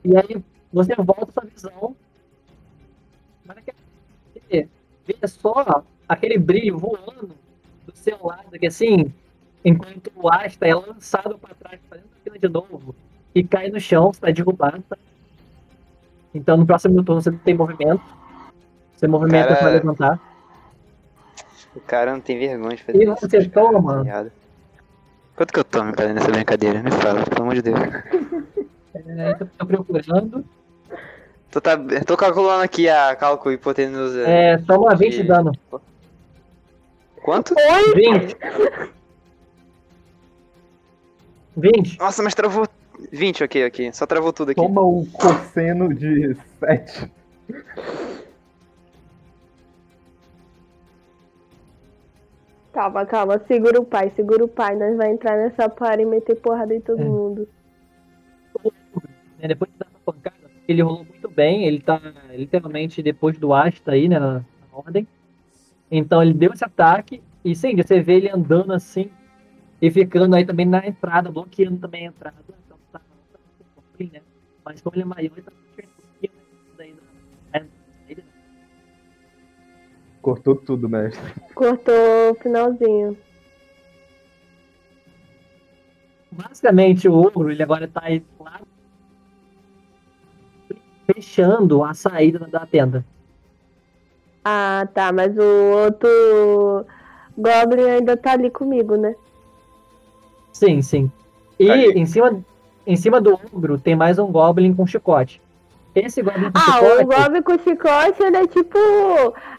F: E aí você volta sua visão. Mas naquela- você vê só aquele brilho voando do seu lado, que assim, enquanto o Asta é lançado para trás, fazendo a fila de novo, e cai no chão, você tá derrubado. tá? Então no próximo turno você não tem movimento. Você movimenta
D: Cara,
F: você vai levantar.
D: O cara não tem vergonha de fazer
F: E
D: isso. tá
F: você toma
D: Obrigado. Quanto que eu tomo, cara, nessa brincadeira? Me fala, pelo amor de Deus.
F: É, eu tô procurando.
D: Tô, tá, tô calculando aqui a cálculo hipotenusa.
F: É, toma 20 de dano.
D: Quanto?
F: 20. 20.
D: Nossa, mas travou. 20, ok, ok. Só travou tudo aqui.
C: Toma o cosseno de 7.
A: Calma, calma, segura o pai, segura o pai. Nós vamos entrar nessa party e meter porrada em todo
F: É.
A: mundo.
F: né, Depois de dar essa pancada, ele rolou muito bem. Ele tá literalmente depois do Asta aí, né? Na, na ordem. Então ele deu esse ataque. E sim, você vê ele andando assim. E ficando aí também na entrada, bloqueando também a entrada. Então tá. tá ruim, né? Mas como ele é maior, ele tá bloqueando aí na- na entrada.
C: Cortou tudo, mestre.
A: Cortou o finalzinho.
F: Basicamente, o ogro ele agora tá aí lá fechando a saída da tenda.
A: Ah, tá, mas o outro Goblin ainda tá ali comigo, né?
F: Sim, sim. E
B: Aí.
F: em cima, em cima do ogro tem mais um goblin com chicote. Esse goblin com
A: Ah,
F: chicote
A: o Goblin com chicote, ele é tipo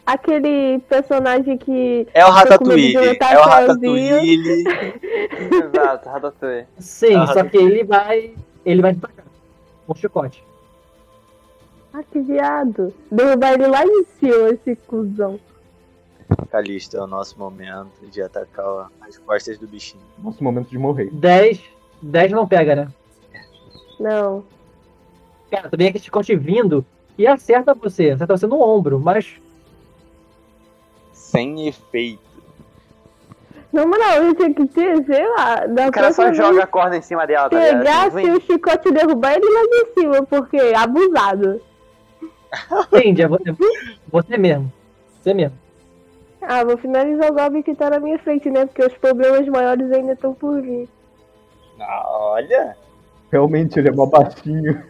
A: aquele personagem que.
B: É o
A: Tô com medo de
B: Ratatouille.
A: levantar
B: É o
A: sozinho.
B: Ratatouille.
D: Exato, Ratatouille.
F: sim,
B: Ah,
F: só que ele vai ele vai te atacar com chicote.
A: Ah, que viado. Derrubar ele lá em cima, esse cuzão.
B: Calista, é o nosso momento de atacar ó, as costas do bichinho.
C: Nossa, momento de morrer.
F: 10, 10 não pega, né?
A: Não.
F: Cara, tu vem aquele chicote vindo e acerta você, acerta você no ombro, mas
A: *laughs*
B: Sem efeito.
A: Na moral, eu tinha que ter, sei lá, da
D: O cara só
A: próxima
D: joga a corda em cima dela, tá ligado?
A: pegar
D: Assim,
A: se o chicote e derrubar ele lá de cima, porque abusado.
F: Entende? É você, você mesmo. Você mesmo.
A: Ah, vou finalizar o Goblin que tá na minha frente, né? Porque os problemas maiores ainda estão por vir.
B: Ah, olha!
C: Realmente, ele é mó baixinho.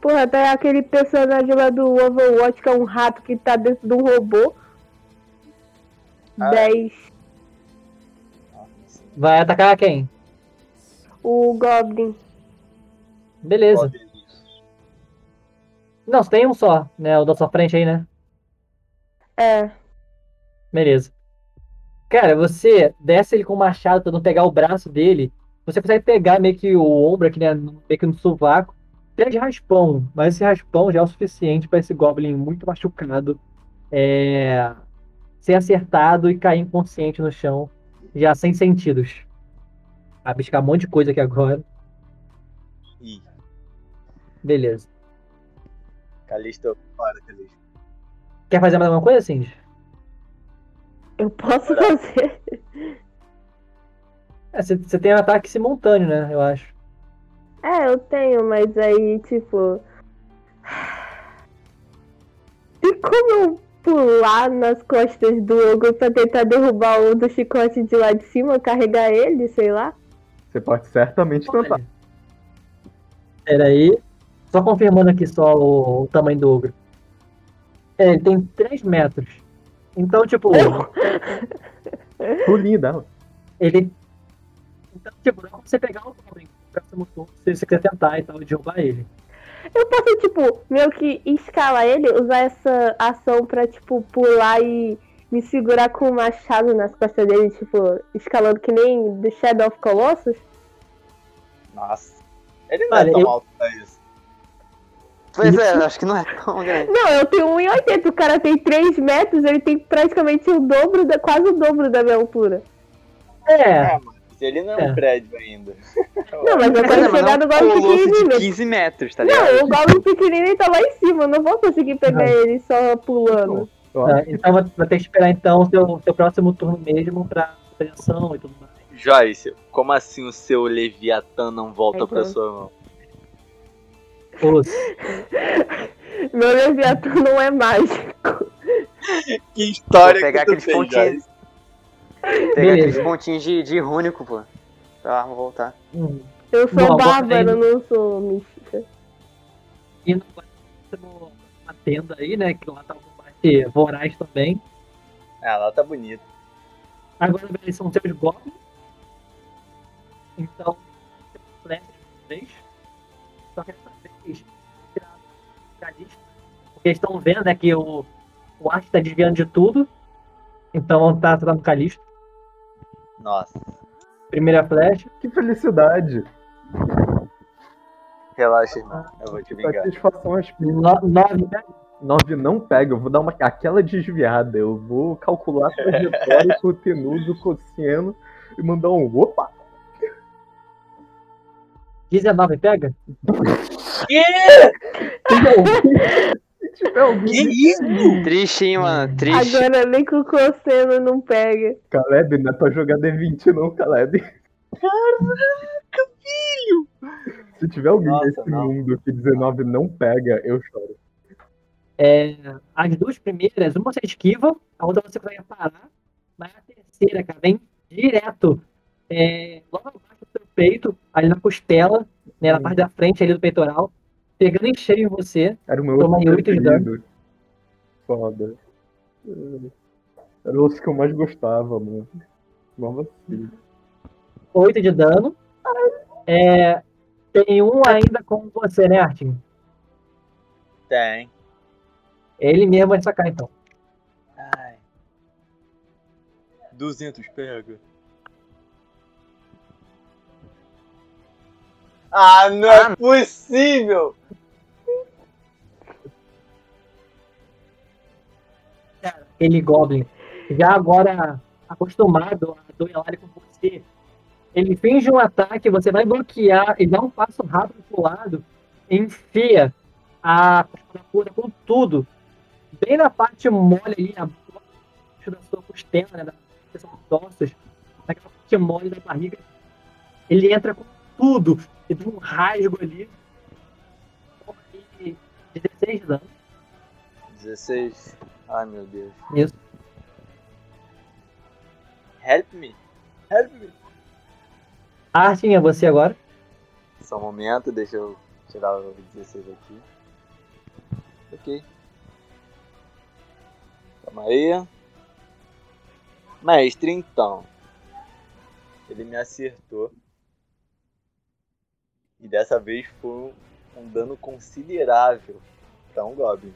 A: Porra, tá aquele personagem lá do Overwatch que é um rato que tá dentro de um robô.
B: Ah.
A: 10.
F: Vai atacar quem?
A: O Goblin.
F: Beleza.
B: Goblin.
F: Não, você tem um só, né? O da sua frente aí, né?
A: É.
F: Beleza. Cara, você desce ele com o machado, tentando pegar o braço dele. Você consegue pegar meio que o ombro aqui, né? no- Meio que no sovaco. Pega de raspão, mas esse raspão já é o suficiente pra esse Goblin muito machucado é, ser acertado e cair inconsciente no chão, já sem sentidos. Vai buscar um monte de coisa aqui agora.
B: Ih,
F: Beleza.
B: Calista, para, Calista.
F: Quer fazer mais alguma coisa, Cindy?
A: Eu posso fazer.
F: É, Você você tem um ataque simultâneo, né? Eu acho.
A: É, eu tenho, mas aí, tipo. *sighs* E como eu pular nas costas do ogro pra tentar derrubar o do chicote de lá de cima, carregar ele, sei lá?
C: Você pode certamente tentar.
F: Olha. Peraí. Só confirmando aqui só o, o tamanho do ogro. É, ele tem 3 metros. Então, tipo,
C: Pulinho dela.
F: ele. Então, tipo, dá pra você pegar o Goblin o próximo turno, se você quiser tentar e tal, e derrubar ele.
A: Eu posso, tipo, meio que escalar ele, usar essa ação pra, tipo, pular e me segurar com o machado nas costas dele, tipo, escalando que nem do Shadow of Colossus?
B: Nossa. Ele não é
F: Olha,
B: tão
F: eu-
B: alto pra isso.
D: Pois é, acho que não é tão grande.
A: Não, eu tenho 1,80, o cara tem 3 metros, ele tem praticamente o dobro, da, quase o dobro da minha altura.
F: É,
B: É, mas ele não é um
F: É.
B: prédio ainda.
A: Não, mas
D: é,
A: eu quero chegar no Goblin
D: um colosso de
A: pequenininho.
D: 15 metros, tá ligado?
A: Não, o Goblin pequenininho tá lá em cima, eu não vou conseguir pegar ele só pulando.
C: Eu
F: tá,
C: acho que
F: então vai vai ter que esperar então o seu, seu próximo turno mesmo pra apreensão e tudo mais.
B: Joyce, como assim o seu Leviatã não volta
A: Ai,
B: pra
A: Deus.
B: sua mão?
F: Putz.
A: Meu Leviatã não é mágico.
B: Que história
D: Vou pegar
B: que tu
D: aqueles
B: fez,
D: pontinhos.
B: Joyce.
D: Pegar
F: Beleza.
D: aqueles pontinhos de, de rúnico, pô. Pra arma voltar.
F: Hum.
A: Eu sou
F: Bom, agora
A: bárbara,
F: ele-
A: eu não sou mística.
F: E no próximo, uma tenda aí, né? Que lá tá o combate voraz também.
B: Ah, lá tá bonito.
F: Agora velho, são seus goblins. Então, flash três. Só que dessa vez, tirar a lista. Porque eles estão vendo né, que o, o Arte tá desviando de tudo. Então vão estar tá, no Calixto.
B: Nossa.
F: Primeira flecha.
C: que felicidade.
B: Relaxa, irmão. Eu vou te vingar.
C: Satisfação às pinhas.
F: No, nove, né?
C: 9 não pega, eu vou dar uma, aquela desviada. Eu vou calcular a trajetória,
B: *laughs*
C: o tenudo, o cosseno e mandar um opa!
F: 19 pega?
C: Se tiver alguém,
D: Triste, hein, mano? Triste.
A: Agora nem com o Cosseno não pega.
C: Caleb, não é pra jogar D20 não, Caleb. Caraca, filho! Se tiver alguém
B: Nossa,
C: nesse
B: não.
C: mundo que 19 não pega, eu choro.
F: É, as duas primeiras, uma você esquiva, a outra você vai parar, mas a terceira, cara, vem direto, é, logo abaixo do seu peito, ali na costela, né, na parte da frente ali do peitoral, pegando em cheio em você.
C: Era o meu
F: Toma
C: outro
F: oito de dano.
C: preferido. Foda. Era o osso que eu mais gostava, mano. assim, Nova filha.
F: 8 de dano. É, tem um ainda com você, né, Artin?
B: Tem.
F: É Ele mesmo vai sacar, então.
B: Ai. 200 pega. Ah, não
D: Ah,
B: é possível!
F: Ele Goblin. Já agora acostumado a duelar com você, ele finge um ataque, você vai bloquear e dá um passo rápido pro lado, enfia a cura com tudo, bem na parte mole ali, abaixo da sua costela, né, da seção dos ossos, naquela parte mole da barriga. Ele entra com tudo, e dá um é rasgo ali. Corre 16 anos.
B: 16. Ai meu Deus.
F: Isso.
B: Help me. Help me.
F: Artin, é você agora.
B: Só um momento, deixa eu tirar o 16 aqui. Ok. Calma aí. Mestre, então. Ele me acertou. E dessa vez foi um, um dano considerável para um Goblin.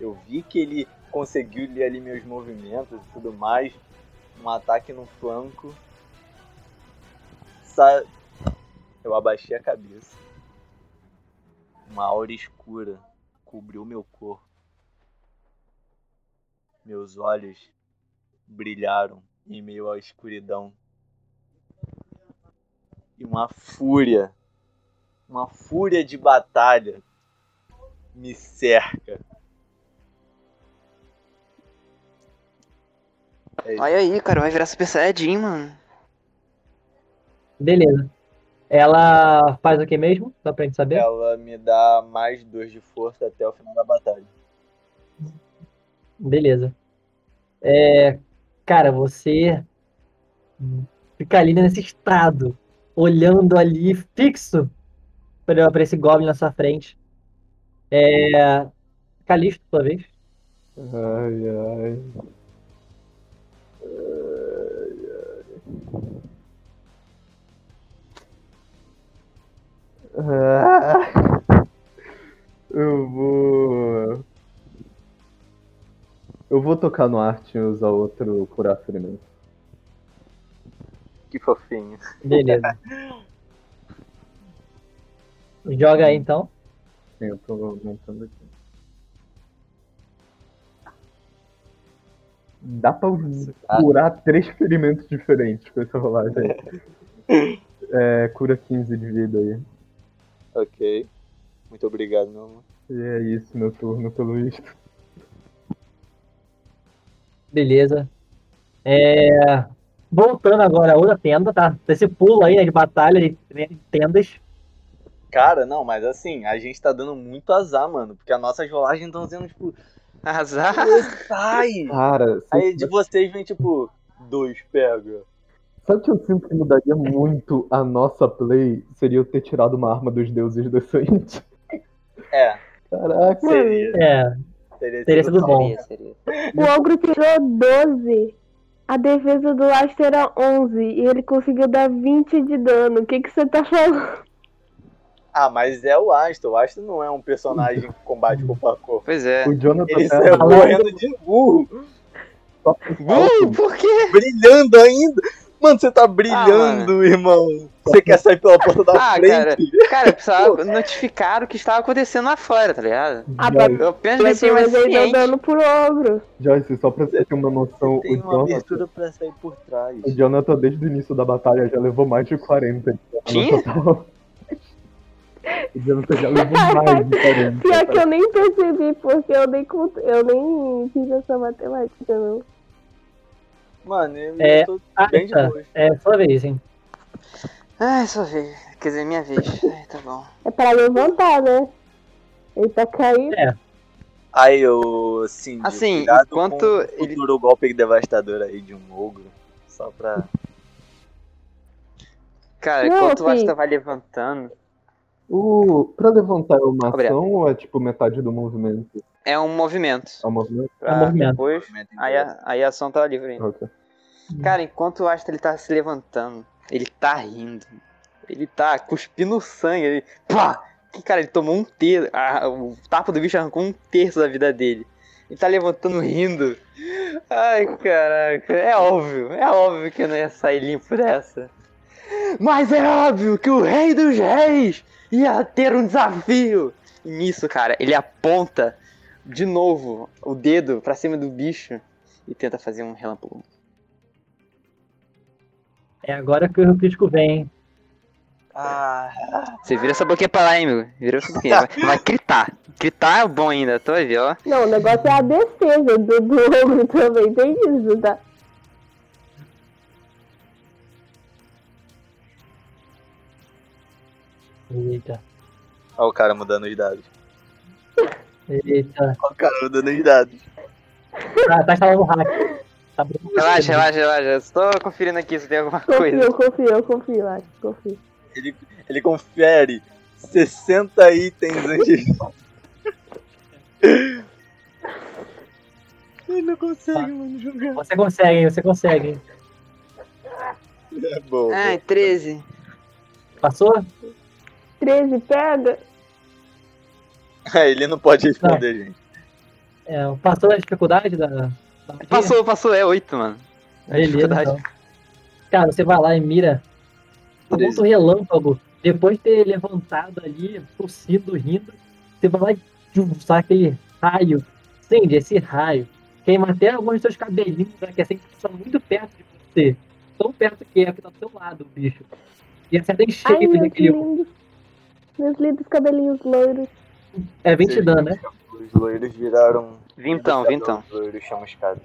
B: Eu vi que ele conseguiu ler ali meus movimentos e tudo mais. Um ataque no flanco. Sa eu abaixei a cabeça. Uma aura escura cobriu meu corpo. Meus olhos brilharam em meio à escuridão. E uma fúria, uma fúria de batalha me cerca. É isso.
D: Olha aí, cara, vai virar Super Saiyajin, mano.
F: Beleza. Ela faz o que mesmo? Só pra gente saber.
B: Ela me dá mais dois de força até o final da batalha.
F: Beleza. É, cara, você fica ali nesse estado, olhando ali fixo pra, pra esse Goblin na sua frente. É, Calixto, sua vez.
C: Ai, ai. Ah. Eu vou. Eu vou tocar no arte e usar outro curar primeiro.
B: Que fofinho.
F: Beleza. Joga aí então.
C: Sim, eu tô montando aqui. Dá pra curar três ferimentos diferentes com essa rolagem. *laughs* aí. É, cura 15 de vida aí.
B: Ok. Muito obrigado, meu amor.
C: E é isso, meu turno, pelo visto.
F: Beleza. É, Voltando agora a outra tenda, tá? Esse pulo aí né, de batalha de de tendas.
B: Cara, não, mas assim, a gente tá dando muito azar, mano. Porque as nossas rolagens estão
F: *laughs*
B: sendo, tipo,
D: Azar.
B: sai!
C: Cara, se-
B: Aí de vocês vem, tipo, dois pega.
C: sabe o que eu sinto que mudaria muito a nossa play? Seria eu ter tirado uma arma dos deuses do sangue.
B: É,
C: *laughs* Caraca.
B: seria.
F: É,
B: Teria,
F: teria sido
B: top.
F: bom.
A: O ogro tirou 12. A defesa do Last era 11 e ele conseguiu dar 20 de dano. O que que você tá falando?
B: Ah, mas é o Astro. O Astro não é um personagem que combate corpo a corpo.
D: Pois é.
C: O Jonathan
B: Ele
C: tá
B: saiu
F: Alan-
B: correndo de burro,
C: só pro
D: Uh,
C: salto.
D: por quê?
B: brilhando ainda. Mano, você tá brilhando, irmão. Você quer sair pela porta da
D: Ah,
B: frente?
D: cara. Cara, eu precisava notificar o que estava acontecendo lá fora, tá ligado?
A: A
B: Uh!
C: Joyce,
D: Eu apenas
A: Mas
D: deixei mais
A: ele deu
D: ciente.
A: dano pro ogro.
C: Joyce, só pra você ter uma noção, o
B: Tem
F: Então,
B: uma
C: Jonathan,
B: abertura pra sair por trás.
C: o Jonathan desde o início da batalha já levou mais de 40. no
D: Tinha?
C: total. *laughs* O Jonathan
A: *laughs*
C: já levou mais de 40.
A: Pior que eu nem percebi, porque eu nem, cont- eu nem fiz essa matemática, não.
B: Mano, eu
F: É,
B: tô
F: Ah,
B: bem de
F: tá.
B: boa.
F: É sua vez, hein?
D: Ai, sua vez. é Quer dizer, minha vez. Ai, tá bom.
A: É pra levantar, né? Ele tá caindo.
B: Aí eu, sim,
D: Assim,
B: cuidado
D: enquanto
B: com o
D: ele-
B: futuro golpe devastador aí de um ogro, só pra...
D: Cara,
A: Não,
D: enquanto o
A: assim-
D: Asta vai levantando,
C: O, pra levantar é uma
D: Obrigado.
C: ação ou é tipo metade do movimento?
D: é um movimento.
C: É um movimento?
D: Pra
F: movimento.
D: depois. Aí a, aí a ação tá livre ainda.
C: Ok.
D: Cara, enquanto o Asta ele tá se levantando, ele tá rindo. Ele tá cuspindo sangue. Ele, pá! Que, cara, ele tomou um terço. a- o tapa do bicho arrancou um terço da vida dele. Ele tá levantando rindo. Ai, caraca. É óbvio. É óbvio que eu não ia sair limpo dessa. Mas é óbvio que o rei dos reis ia ter um desafio. E nisso, cara, ele aponta de novo o dedo pra cima do bicho e tenta fazer um relâmpago.
F: É agora que o erro crítico vem, hein?
B: Ah,
D: Você vira essa boquinha pra lá, hein, meu? Vira essa boquinha. Vai, vai gritar. Gritar é bom ainda, tô aí, ó.
A: Não, o negócio é a defesa do, do ogro também. Tem isso, tá?
F: Eita.
B: Olha o cara mudando os dados.
F: Eita.
B: Ó, cara, eu dando os dados.
F: Ah, tá instalando o hack. Tá bom.
D: Relaxa, relaxa, relaxa. Eu Só conferindo aqui se tem alguma
A: Confio,
D: coisa.
A: confio, confio, acho, confio.
B: Ele confere 60 itens antes. *laughs* Ele não
D: Tá.
B: consegue, mano, jogar.
F: Você consegue, hein? você consegue. hein?
B: É bom.
D: Ai, 13.
F: Passou?
A: 13 pega?
B: É, ele não pode responder,
D: Tá.
B: gente.
F: É, passou a dificuldade da. da magia?
D: Passou, passou. É 8, mano.
F: Beleza,
D: dificuldade.
F: então. Cara, você vai lá e mira. Um
B: Beleza.
F: outro relâmpago. Depois de ter levantado ali, tossido, rindo, você vai lá e tchum, sai aquele raio. Acende esse raio. Queima até alguns dos seus cabelinhos, né, que assim que são muito perto de você. Tão perto que é, que tá do seu lado o bicho. E acerta em
A: Ai,
F: cheio
A: meus
F: daquele.
A: lindos. Meus lindos cabelinhos loiros.
F: É 20 dano, né?
B: Os loiros viraram.
D: Vintão, vintão.
B: Os loiros chamuscados.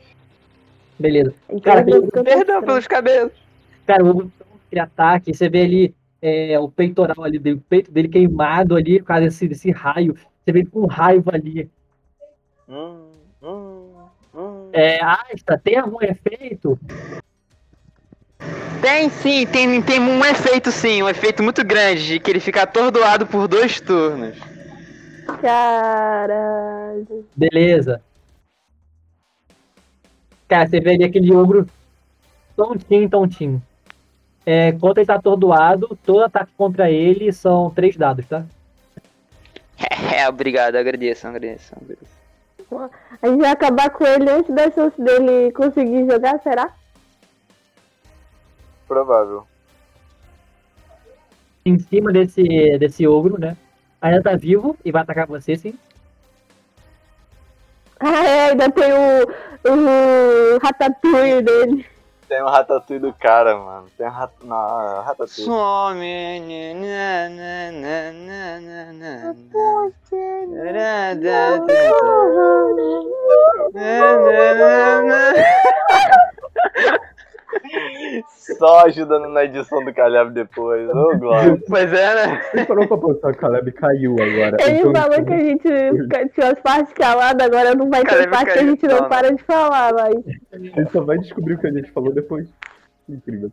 F: Beleza.
A: Então,
F: Cara,
A: meus cabelos
D: Perdão pelos cabelos.
F: cara, o Hugo cria ataque, você vê ali é, o peitoral ali dele, o peito dele queimado ali, por causa desse, desse raio. Você vê ele com raiva ali.
B: Hum, hum, hum.
F: É, Asta, tem algum efeito?
D: Tem sim, tem, tem um efeito sim, um efeito muito grande, de que ele fica atordoado por dois turnos.
A: Caralho.
F: Beleza. Cara, você vê ali aquele ogro tontinho, tontinho. É, enquanto ele tá atordoado, todo ataque contra ele são três dados, tá?
D: É, obrigado, agradeço, agradeço. agradeço.
A: A gente vai acabar com ele antes da chance dele conseguir jogar, será? *laughs*
B: Provável.
F: Em cima desse, desse ogro, né? Ainda tá vivo e vai atacar você, sim.
A: Ah, é, ainda tem o, o Ratatouille dele.
B: Tem o ratatouille do cara, mano. Tem o rat... Não, o ratatouille.
D: Some. né, na, na, na, na, na, na, na, na, na, na, na.
B: Só ajudando na edição do Calhabo depois. Ô, Glória.
D: Pois é, né?
C: Você parou pra pensar que o Caleb caiu agora.
A: Ele
C: Então,
A: falou que a gente ca- tinha as partes caladas, agora não vai ter
D: Cara,
A: parte que a gente
D: fica
A: não
D: aí,
A: para de falar, mas.
C: Ele só vai descobrir o que a gente falou depois. Incrível.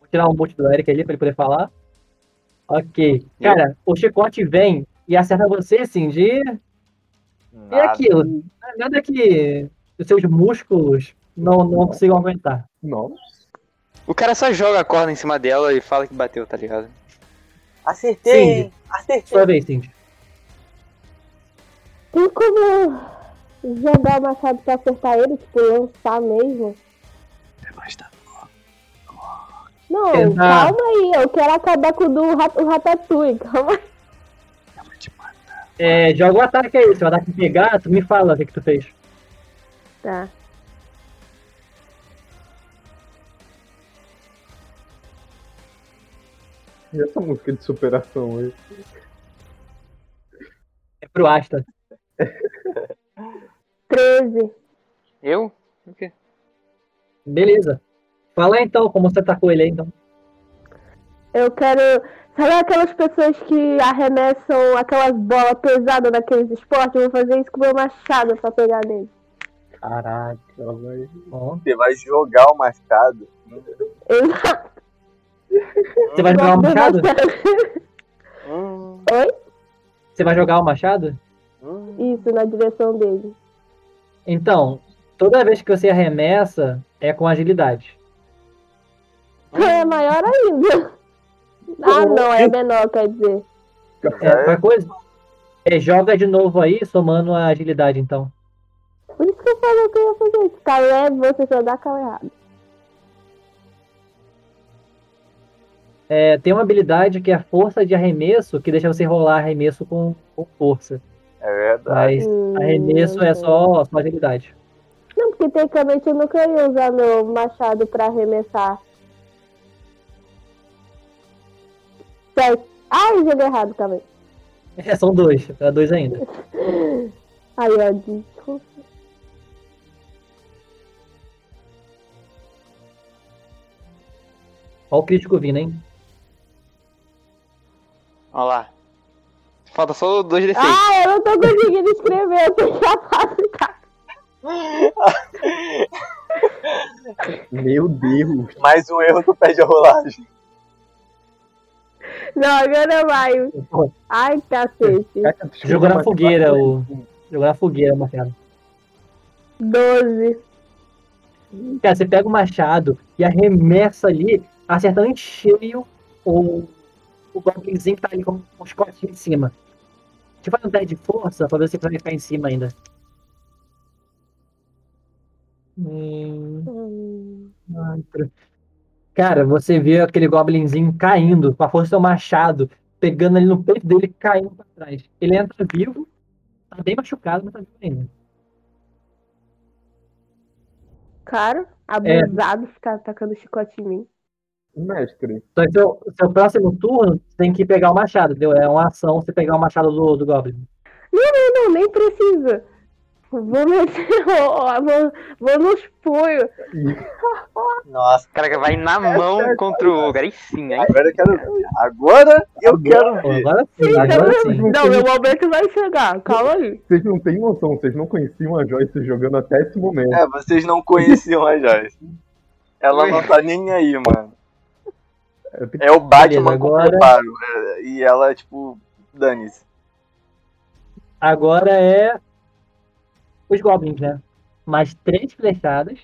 F: Vou tirar um monte do Eric ali pra ele poder falar. Ok. Cara, o chicote vem e acerta você, assim, de. É
B: Nada.
F: aquilo. Nada que os seus músculos não, não consigam aguentar.
C: Nossa.
D: O cara só joga a corda em cima dela e fala que bateu, tá ligado?
F: Cindy,
B: Acertei.
F: sua vez, Cindy.
A: Tem como jogar o machado pra acertar ele, tipo, lançar mesmo? Não,
F: Tentar.
A: calma aí, eu quero acabar com o do rat o Ratatouille, calma aí.
F: É, joga o ataque aí. Se o ataque pegar, tu me fala o que, que tu fez.
A: Tá.
C: E essa música de superação aí?
F: É pro Asta.
A: 13.
D: Eu?
F: Beleza. Fala aí, então como você atacou ele aí, então.
A: Eu quero. Sabe aquelas pessoas que arremessam aquelas bolas pesadas daqueles esportes? Eu vou fazer isso com meu machado pra pegar nele.
C: Caraca, ela vai.
F: Ó.
B: Você vai jogar o machado.
A: Exato.
F: Você vai jogar o machado?
B: Hum,
F: Você vai jogar o machado?
B: hum.
A: Isso, na direção dele.
F: Então, toda vez que você arremessa, é com agilidade.
A: É maior ainda. Ah, não, é menor, quer dizer.
F: É, qualquer coisa? É, joga de novo aí, somando a agilidade, então.
A: Por isso que eu falei que eu ia fazer isso. Tá leve, você jogar, tá errado.
F: É, tem uma habilidade que é a força de arremesso, que deixa você rolar arremesso com, com força.
B: É verdade.
F: Mas arremesso é só, só agilidade.
A: Hum.
F: *laughs*
A: Não, porque tecnicamente eu nunca ia usar meu machado pra arremessar. Sete. Ai, joguei errado também.
F: É, são dois, é dois ainda.
A: Aí, ó,
F: Assim.
A: desculpa.
F: Olha o crítico vindo, hein?
D: Olha lá. Falta só dois defeitos.
A: Ah, eu não tô conseguindo escrever, eu tô incapacitado.
C: Meu Deus.
B: Mais um erro tu perde a rolagem.
A: Não, agora vai. Ai, tá cacete.
C: Cara, tu
F: Jogou na
C: uma-
F: fogueira o. Jogou na fogueira, Marcelo.
A: 12.
F: Cara, você pega o machado e arremessa ali, acertando em cheio o, o goblinzinho que tá ali com os cortes em cima. Deixa eu fazer um teste de força pra ver se você vai ficar em cima ainda. Hum.
A: Hum.
F: Quatro. Cara, você vê aquele goblinzinho caindo, com a força do seu machado, pegando ali no peito dele e caindo pra trás. Ele entra vivo, tá bem machucado, mas tá vivo ainda.
A: Cara, abusado ficar atacando chicote em mim.
C: um Mestre,
F: Então, seu, seu próximo turno, você tem que pegar o machado, entendeu? É uma ação você pegar o machado do, do Goblin.
A: Não, nem precisa. Vou meter, o- o- vou, vou nos punhos.
B: Nossa,
D: Caraca, vai na mão contra o Ogre. Aí sim, hein?
B: agora eu quero ver. Agora eu quero
F: Pô,
B: ver.
F: agora sim,
A: Sim,
F: agora
A: tá
F: sim.
A: Não, meu momento vai chegar, calma aí.
C: vocês não têm noção, vocês não conheciam a Joyce jogando até esse momento.
B: É, vocês não conheciam a Joyce. Ela não tá nem aí, mano.
C: Eu tenho-
B: É o Batman
F: Beleza,
B: com
F: agora-
B: preparo. é, E ela, tipo, dane-se.
F: Agora é os Goblins, né? Mais três flechadas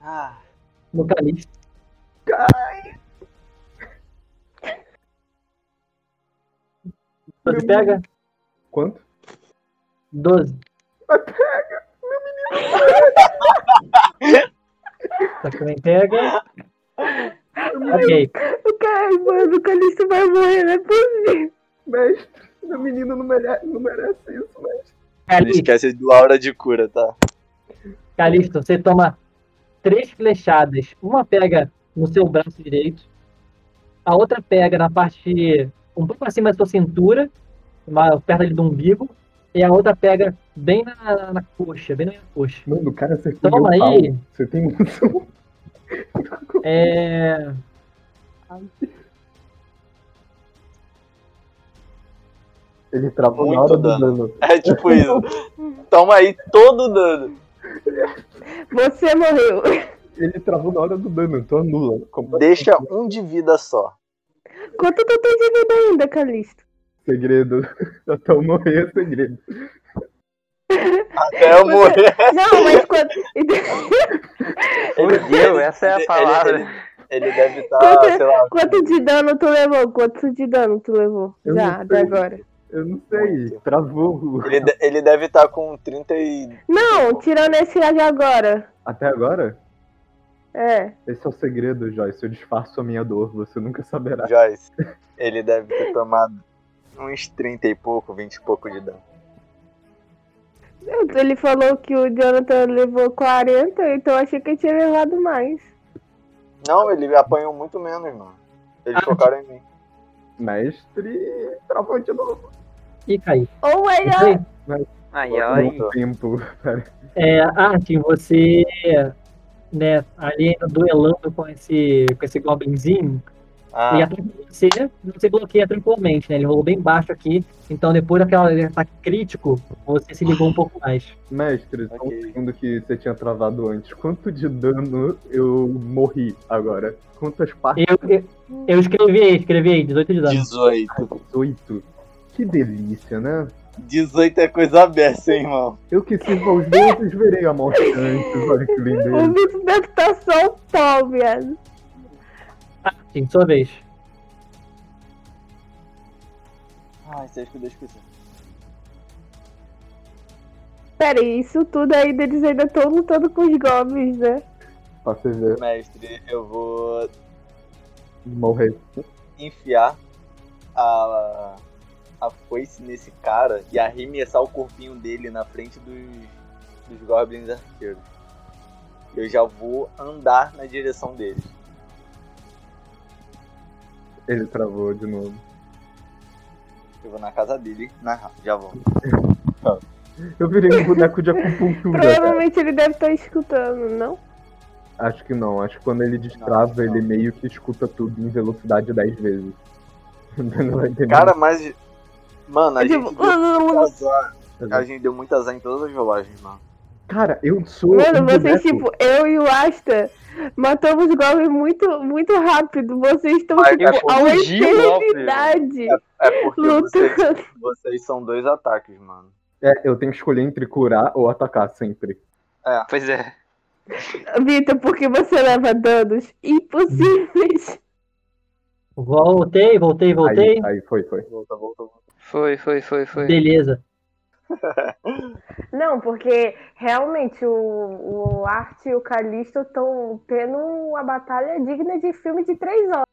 B: Ah,
F: no Calixto. Você pega?
C: Quanto?
F: 12. Só que nem pega. Ok.
A: Ai, mano, o Calixto vai morrer, né?
C: Mestre, a menina não merece, não merece isso, mestre.
B: não
F: Calixto,
B: esquece de Laura de cura, tá?
F: Calixto, você toma três flechadas. Uma pega no seu braço direito. A outra pega na parte um pouco acima da sua cintura, uma- perto ali do umbigo. E a outra pega bem na, na coxa, bem na minha coxa.
C: Mano, o cara acertou
F: Toma
C: meu
F: aí.
C: pau. Você tem noção?
F: É.
C: Ele travou
B: Muito
C: na hora do
B: dano.
C: dano.
B: É tipo isso. Toma aí todo o dano.
A: Você morreu.
C: Ele travou na hora do dano, então anula. Como
B: Deixa um de vida só.
A: Quanto tu tem de vida ainda, Calixto?
C: segredo. *laughs* Até eu morrer é segredo.
B: Até eu morrer.
A: Não, mas quanto,
D: Fudeu, essa é
B: ele-
D: a palavra.
B: Ele, ele deve estar, sei lá.
A: quanto de dano tu levou? Quanto de dano tu levou?
C: Eu
A: Já,
C: não
A: até
C: sei.
A: agora.
C: Eu não sei, travou.
B: Ele, de- ele deve estar com 30 e.
A: Não, tirando esse lá de agora.
C: Até agora?
A: É.
C: Esse é o segredo, Joyce. Eu disfarço a minha dor, você nunca saberá.
B: Joyce. Ele deve ter tomado uns 30 e pouco, 20 e pouco de dano.
A: Ele falou que o Jonathan levou 40, então eu achei que ele tinha levado mais.
B: Não, ele apanhou muito menos, mano. Eles
F: Ah,
B: focaram em mim.
C: Mestre, travou de novo.
F: E caiu.
A: Ou ele.
F: Ok?
D: Aí,
B: Tá
D: ó, aí.
C: Não tempo.
F: É, Artin, você, né, ali ainda duelando com esse, com esse goblinzinho,
B: Ah,
F: ele ataca você, você bloqueia tranquilamente, né? Ele rolou bem baixo aqui, então depois daquele ataque crítico, você se ligou um pouco mais.
C: Mestre, só
B: Ok.
C: um segundo que você tinha travado antes. Quanto de dano eu morri agora? Quantas partes?
F: Eu, eu, eu escrevi aí, escrevi aí, 18 de dano.
B: 18.
C: 18. Que delícia, né?
B: 18 é coisa aberta, hein, irmão.
C: Eu que sirva os deuses, verei a morte antes. Olha que
A: O
C: lindeza.
A: bicho deve estar só o pau, viado.
F: Sim, sua vez.
B: Ai, você acha que eu esqueci?
A: Pera aí, isso tudo ainda eles ainda estão lutando com os goblins, né?
C: Pra você ver,
B: Mestre, eu vou
C: morrer.
B: enfiar a, a foice nesse cara e arremessar o corpinho dele na frente dos, dos goblins arqueiros. Eu já vou andar na direção dele.
C: Ele travou de novo.
B: Eu vou na casa dele, na ra- já vou.
C: Eu virei um boneco de acupuntura. cara.
A: Provavelmente ele deve estar escutando, não?
C: Acho que não. Acho que quando ele destrava,
B: Não, não.
C: ele meio *laughs* que escuta tudo em velocidade 10 vezes. Não vai entender.
B: Cara, mas Mano, a Tá, gente,
G: Tipo,
B: deu, a gente deu muito azar em todas as rolagens, mano.
C: Cara, eu sou. um
G: mano, vocês,
F: é
C: boneco.
G: tipo, eu e o Asta matamos o Goblin muito, muito rápido. Vocês estão,
B: Vai
G: tipo, a uma
B: confundir é o Goblin.
G: eternidade
B: É porque vocês,
G: lutando.
B: vocês são dois ataques, mano.
C: É, eu tenho que escolher entre curar ou atacar sempre.
D: Pois é.
G: Vitor, porque você leva danos impossíveis.
F: Voltei, voltei, voltei.
C: Aí, aí foi, foi.
B: Volta, volta, volta.
D: Foi, foi, foi, foi.
F: Beleza.
A: Não, porque realmente o, o Arte e o Calixto estão tendo uma batalha digna de filme de três horas.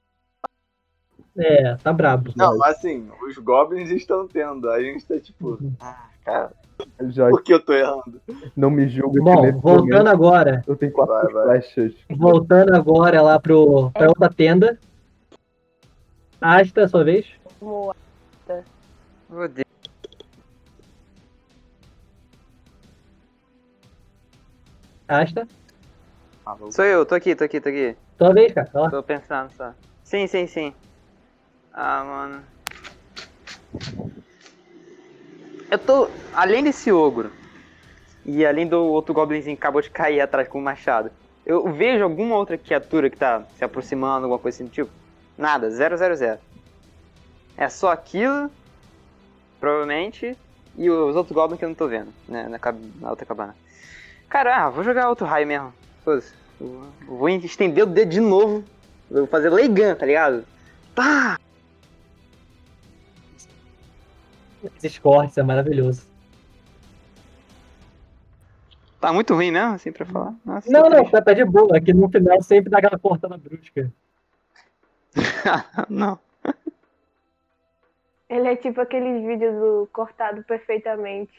F: É, tá brabo.
B: Não, mas assim, os goblins estão tendo. A gente tá tipo, ah, cara,
C: Já
B: por que eu tô errando?
C: não me julgo que
F: Bom,
C: nesse
F: voltando
C: momento
F: agora.
C: eu tenho quatro
B: Vai, vai.
C: flechas.
F: Voltando agora lá pro, pra outra tenda. Asta, sua vez.
D: Meu Deus.
F: Asta,
B: Ah, vou-
D: Sou eu, tô aqui, tô aqui, tô aqui.
F: sua vez, cara. Vai lá.
D: Tô pensando só. Sim, sim, sim. Ah, mano. Eu tô. Além desse ogro. E além do outro goblinzinho que acabou de cair atrás com o machado. Eu vejo alguma outra criatura que tá se aproximando, alguma coisa assim do tipo? Nada, zero, zero, zero. É só aquilo. Provavelmente. E os outros goblins que eu não tô vendo, né? Na, cab- na outra cabana. Cara, ah, vou jogar outro raio mesmo. Foda-se. Eu Vou estender o dedo de novo. Vou fazer Leigan, tá ligado?
F: Esses cortes, é maravilhoso.
D: Tá muito ruim mesmo, assim, pra falar. Nossa,
F: Não,
D: tô
F: não,
D: triste.
F: tá, tá de boa. Aqui no final sempre dá aquela cortada brusca.
D: *laughs* não.
A: Ele é tipo aqueles vídeos do cortado perfeitamente.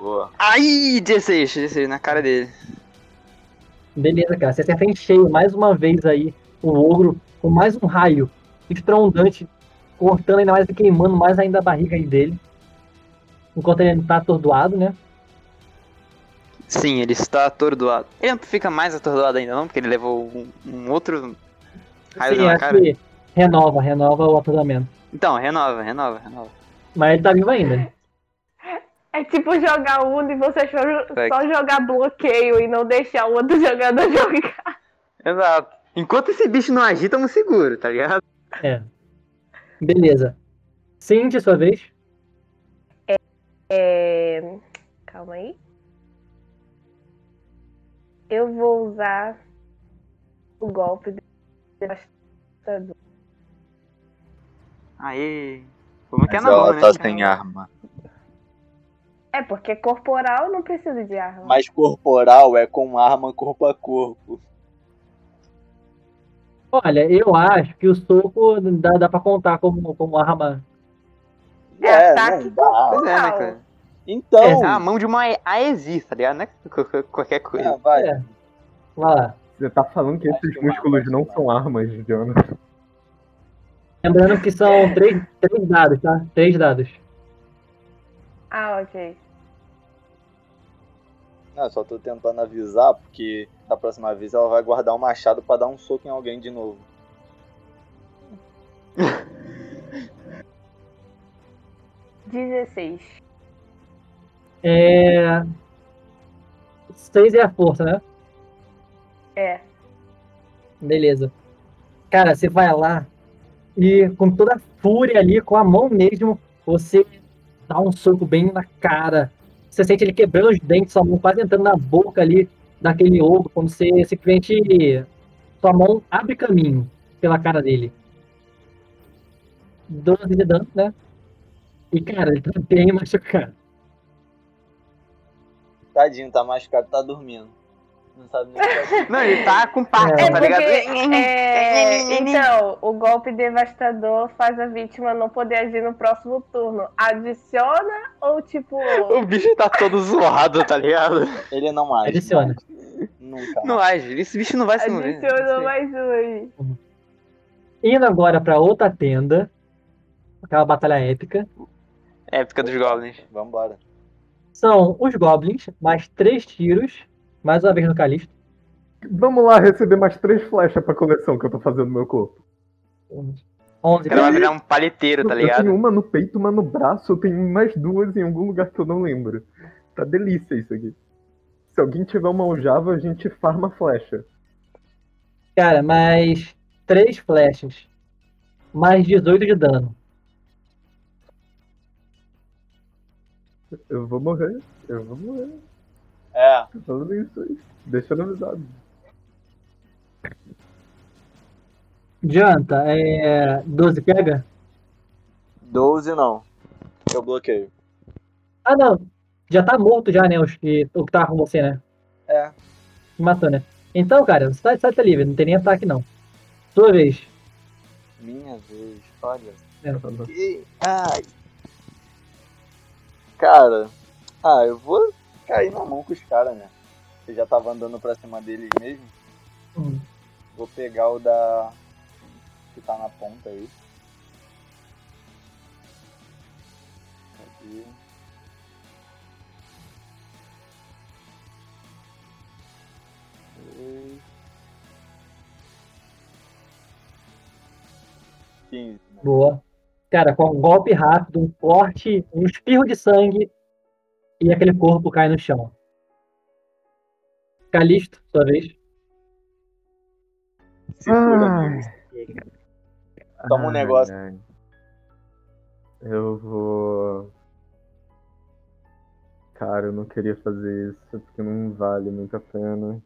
B: Boa.
D: Ai, 16, 16, na cara dele.
F: Beleza, cara. Você acerta em cheio mais uma vez aí o ogro com mais um raio estrondante, cortando ainda mais e queimando mais ainda a barriga aí dele. Enquanto ele tá atordoado, né?
D: Sim, ele está atordoado. Ele não fica mais atordoado ainda, não, porque ele levou um, um outro raio
F: Sim,
D: na
F: acho
D: cara.
F: que renova, renova o atordamento.
D: Então, renova, renova, renova.
F: Mas ele tá vivo ainda.
A: É tipo jogar Uno e você só,
D: Segue.
A: só jogar bloqueio e não deixar o outro jogador *laughs* jogar.
D: Exato. Enquanto esse bicho não agita, estamos seguros, tá ligado?
F: É. Beleza. Cindy, sua vez.
A: É... Calma aí. Eu vou usar o golpe devastador.
D: Aí. Como é que é
B: Mas
D: na mão,
B: ela
D: né?
B: tá sem arma.
A: É, porque corporal não precisa de arma.
B: Mas corporal é com arma corpo a corpo.
F: Olha, eu acho que o soco dá, dá pra contar como, como arma.
A: É, ataque
B: não dá.
D: Pois é, né, cara?
B: Então,
D: É a mão de uma Aesi, tá ligado? Não é co- co- qualquer coisa.
B: ah, vai.
F: É. Vai lá.
C: Você tá falando que
B: Acho
C: esses
B: que é uma-
C: músculos
B: acho
C: não
B: que
C: são armas, Diana.
F: Lembrando
D: *laughs*
F: que são três, três dados, tá? Três dados.
A: Ah, ok.
B: Não, eu só tô tentando avisar, porque da próxima vez ela vai guardar um machado pra dar um soco em alguém de novo.
A: Dezesseis.
F: É. Seis é a força, né?
A: É.
F: Beleza. Cara, você vai lá e com toda a fúria ali, com a mão mesmo, você dá um soco bem na cara. Você sente ele quebrando os dentes, sua mão quase entrando na boca ali daquele ogro, como se simplesmente sua mão abre caminho pela cara dele. 12 de dano, né? E cara, ele tá bem *laughs* machucado.
B: Tadinho, tá machucado, tá dormindo. Não sabe nem o que é.
D: Não, ele tá com Parkinson,
A: É
D: tá ligado?
A: porque, é, então, o golpe devastador faz a vítima não poder agir no próximo turno. Adiciona ou tipo.
D: *laughs* *laughs* O bicho tá todo zoado, tá ligado?
B: Ele não age.
F: Adiciona.
B: Nunca.
D: Não age, esse bicho não vai se mover.
A: Adiciona mais um aí.
F: Indo agora pra outra tenda, aquela batalha épica.
D: Épica É dos Goblins.
B: Vambora.
F: São os goblins, mais três tiros, mais uma vez no Calisto.
C: Vamos lá receber mais três flechas pra coleção que eu tô fazendo no meu corpo.
F: 11
D: O
F: é
D: cara vai virar um paliteiro, tá
C: eu
D: ligado?
C: tenho uma no peito, uma no braço, eu tenho mais duas em algum lugar que eu não lembro. Tá delícia isso aqui. Se alguém tiver uma aljava, a gente farma a flecha.
F: Cara, mais 3 flechas. Mais 18 de dano.
C: Eu vou morrer, eu vou morrer.
B: É,
C: Tô falando isso aí. Deixando avisado.
F: Janta, é. 12 pega?
B: 12 não. Eu bloqueio.
F: Ah, não. Já tá morto já, né? Os que, o que tava com você, né?
B: É.
F: Matou, né? Então, cara, você tá, você tá livre, não tem nem ataque, não. Sua vez.
B: Minha vez, olha.
C: Tá bom.
B: E- Ai. Cara, ah, eu vou cair na mão com os caras, né? Eu já tava andando pra cima deles mesmo.
F: Hum.
B: Vou pegar o da. que tá na ponta aí. Cadê? Três. 15.
F: Boa. Cara, com um golpe rápido, um corte, um espirro de sangue e aquele corpo cai no chão. Calisto, sua vez.
B: Se for,
C: Ah.
B: amigo, Toma um
C: Ai,
B: negócio.
C: ai. Eu vou. Cara, eu não queria fazer isso porque não vale muito a pena.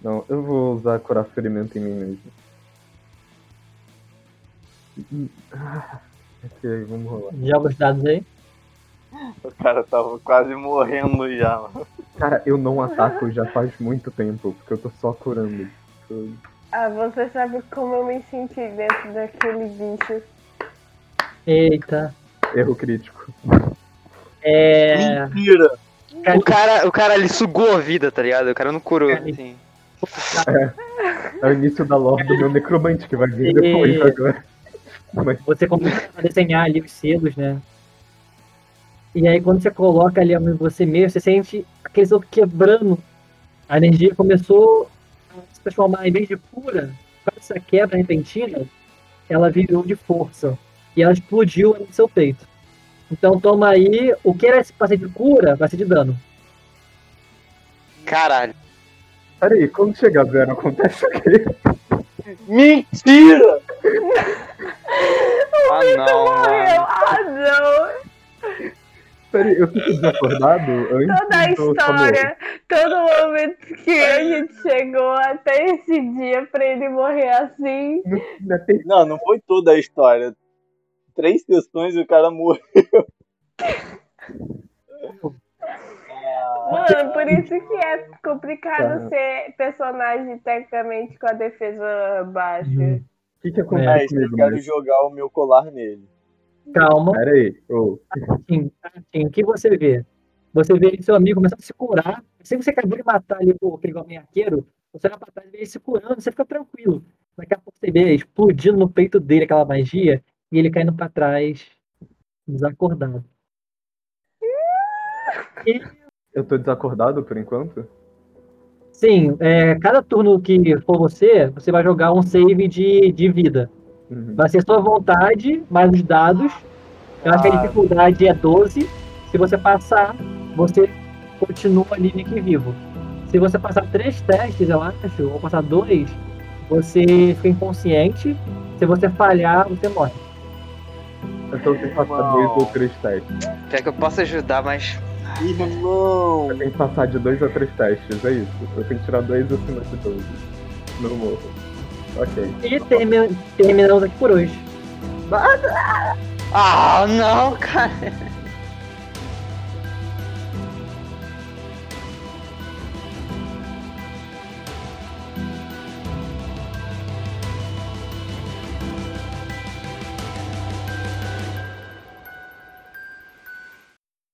C: Não, eu vou usar curar ferimento em mim mesmo. Hum, ah, Ok, vamos rolar.
F: Joga os dados aí.
B: O cara tava quase morrendo já. mano.
C: Cara, eu não ataco já faz muito tempo, porque eu tô só curando. Eu-
G: Ah, você sabe como eu me senti dentro daquele bicho.
F: Eita.
C: Erro crítico.
F: É.
B: Mentira!
D: O cara, o cara ali sugou a vida, tá ligado? O cara não curou, assim.
C: É o início da lore do meu necromante que vai vir depois
F: E-
C: agora. Mas
F: Você começa a desenhar ali os selos, né? E aí quando você coloca ali a mão em você mesmo, você sente aquele selo quebrando. A energia começou a se transformar em vez de cura, por causa dessa quebra repentina, ela virou de força. E ela explodiu ali no seu peito. Então toma aí, o que era esse paciente de cura vai ser de dano.
D: Caralho.
C: peraí, quando chegar zero acontece o quê?
D: Mentira! ah, não, mano.
G: Ah, não!
C: Peraí, eu fico desacordado antes
G: Toda a
C: do
G: história, todo momento que a gente chegou até esse dia pra ele morrer assim.
C: Samuel.
B: Não, não foi toda a história. Três sessões e o cara morreu.
G: Mano, por isso que é
C: Tá.
G: complicado ser personagem tecnicamente com a defesa baixa.
C: O que que acontece
B: Mestre, É, eu
C: comigo?
B: quero
C: mesmo?
B: jogar o meu colar nele.
F: Calma.
C: Peraí, ô,
F: Sim, sim. O que você vê? Você vê seu amigo começando a se curar. Se você acabou de matar ali o- aquele homem arqueiro, você vai pra trás e vê ele se curando, você fica tranquilo. Daqui a pouco você vê explodindo no peito dele aquela magia e ele caindo pra trás, desacordado.
C: eu tô desacordado por enquanto?
F: Sim, é, cada turno que for você, você vai jogar um save de, de vida.
C: Uhum.
F: Vai ser sua vontade, mais os dados. Eu acho que a
B: Ah.
F: dificuldade é 12. Se você passar, você continua ali meio que vivo. Se você passar três testes, eu acho, ou passar dois, você fica inconsciente. Se você falhar, você morre.
C: Então tem que passar
B: Irmão.
C: dois ou três testes.
D: Pior que eu posso ajudar, mas.
B: Irmão!
C: Eu tenho que passar de dois a três testes, é isso. Eu tenho que tirar dois acima de 12. Não morro. Ok.
F: E termi- terminamos aqui por hoje.
D: Ah, não, cara.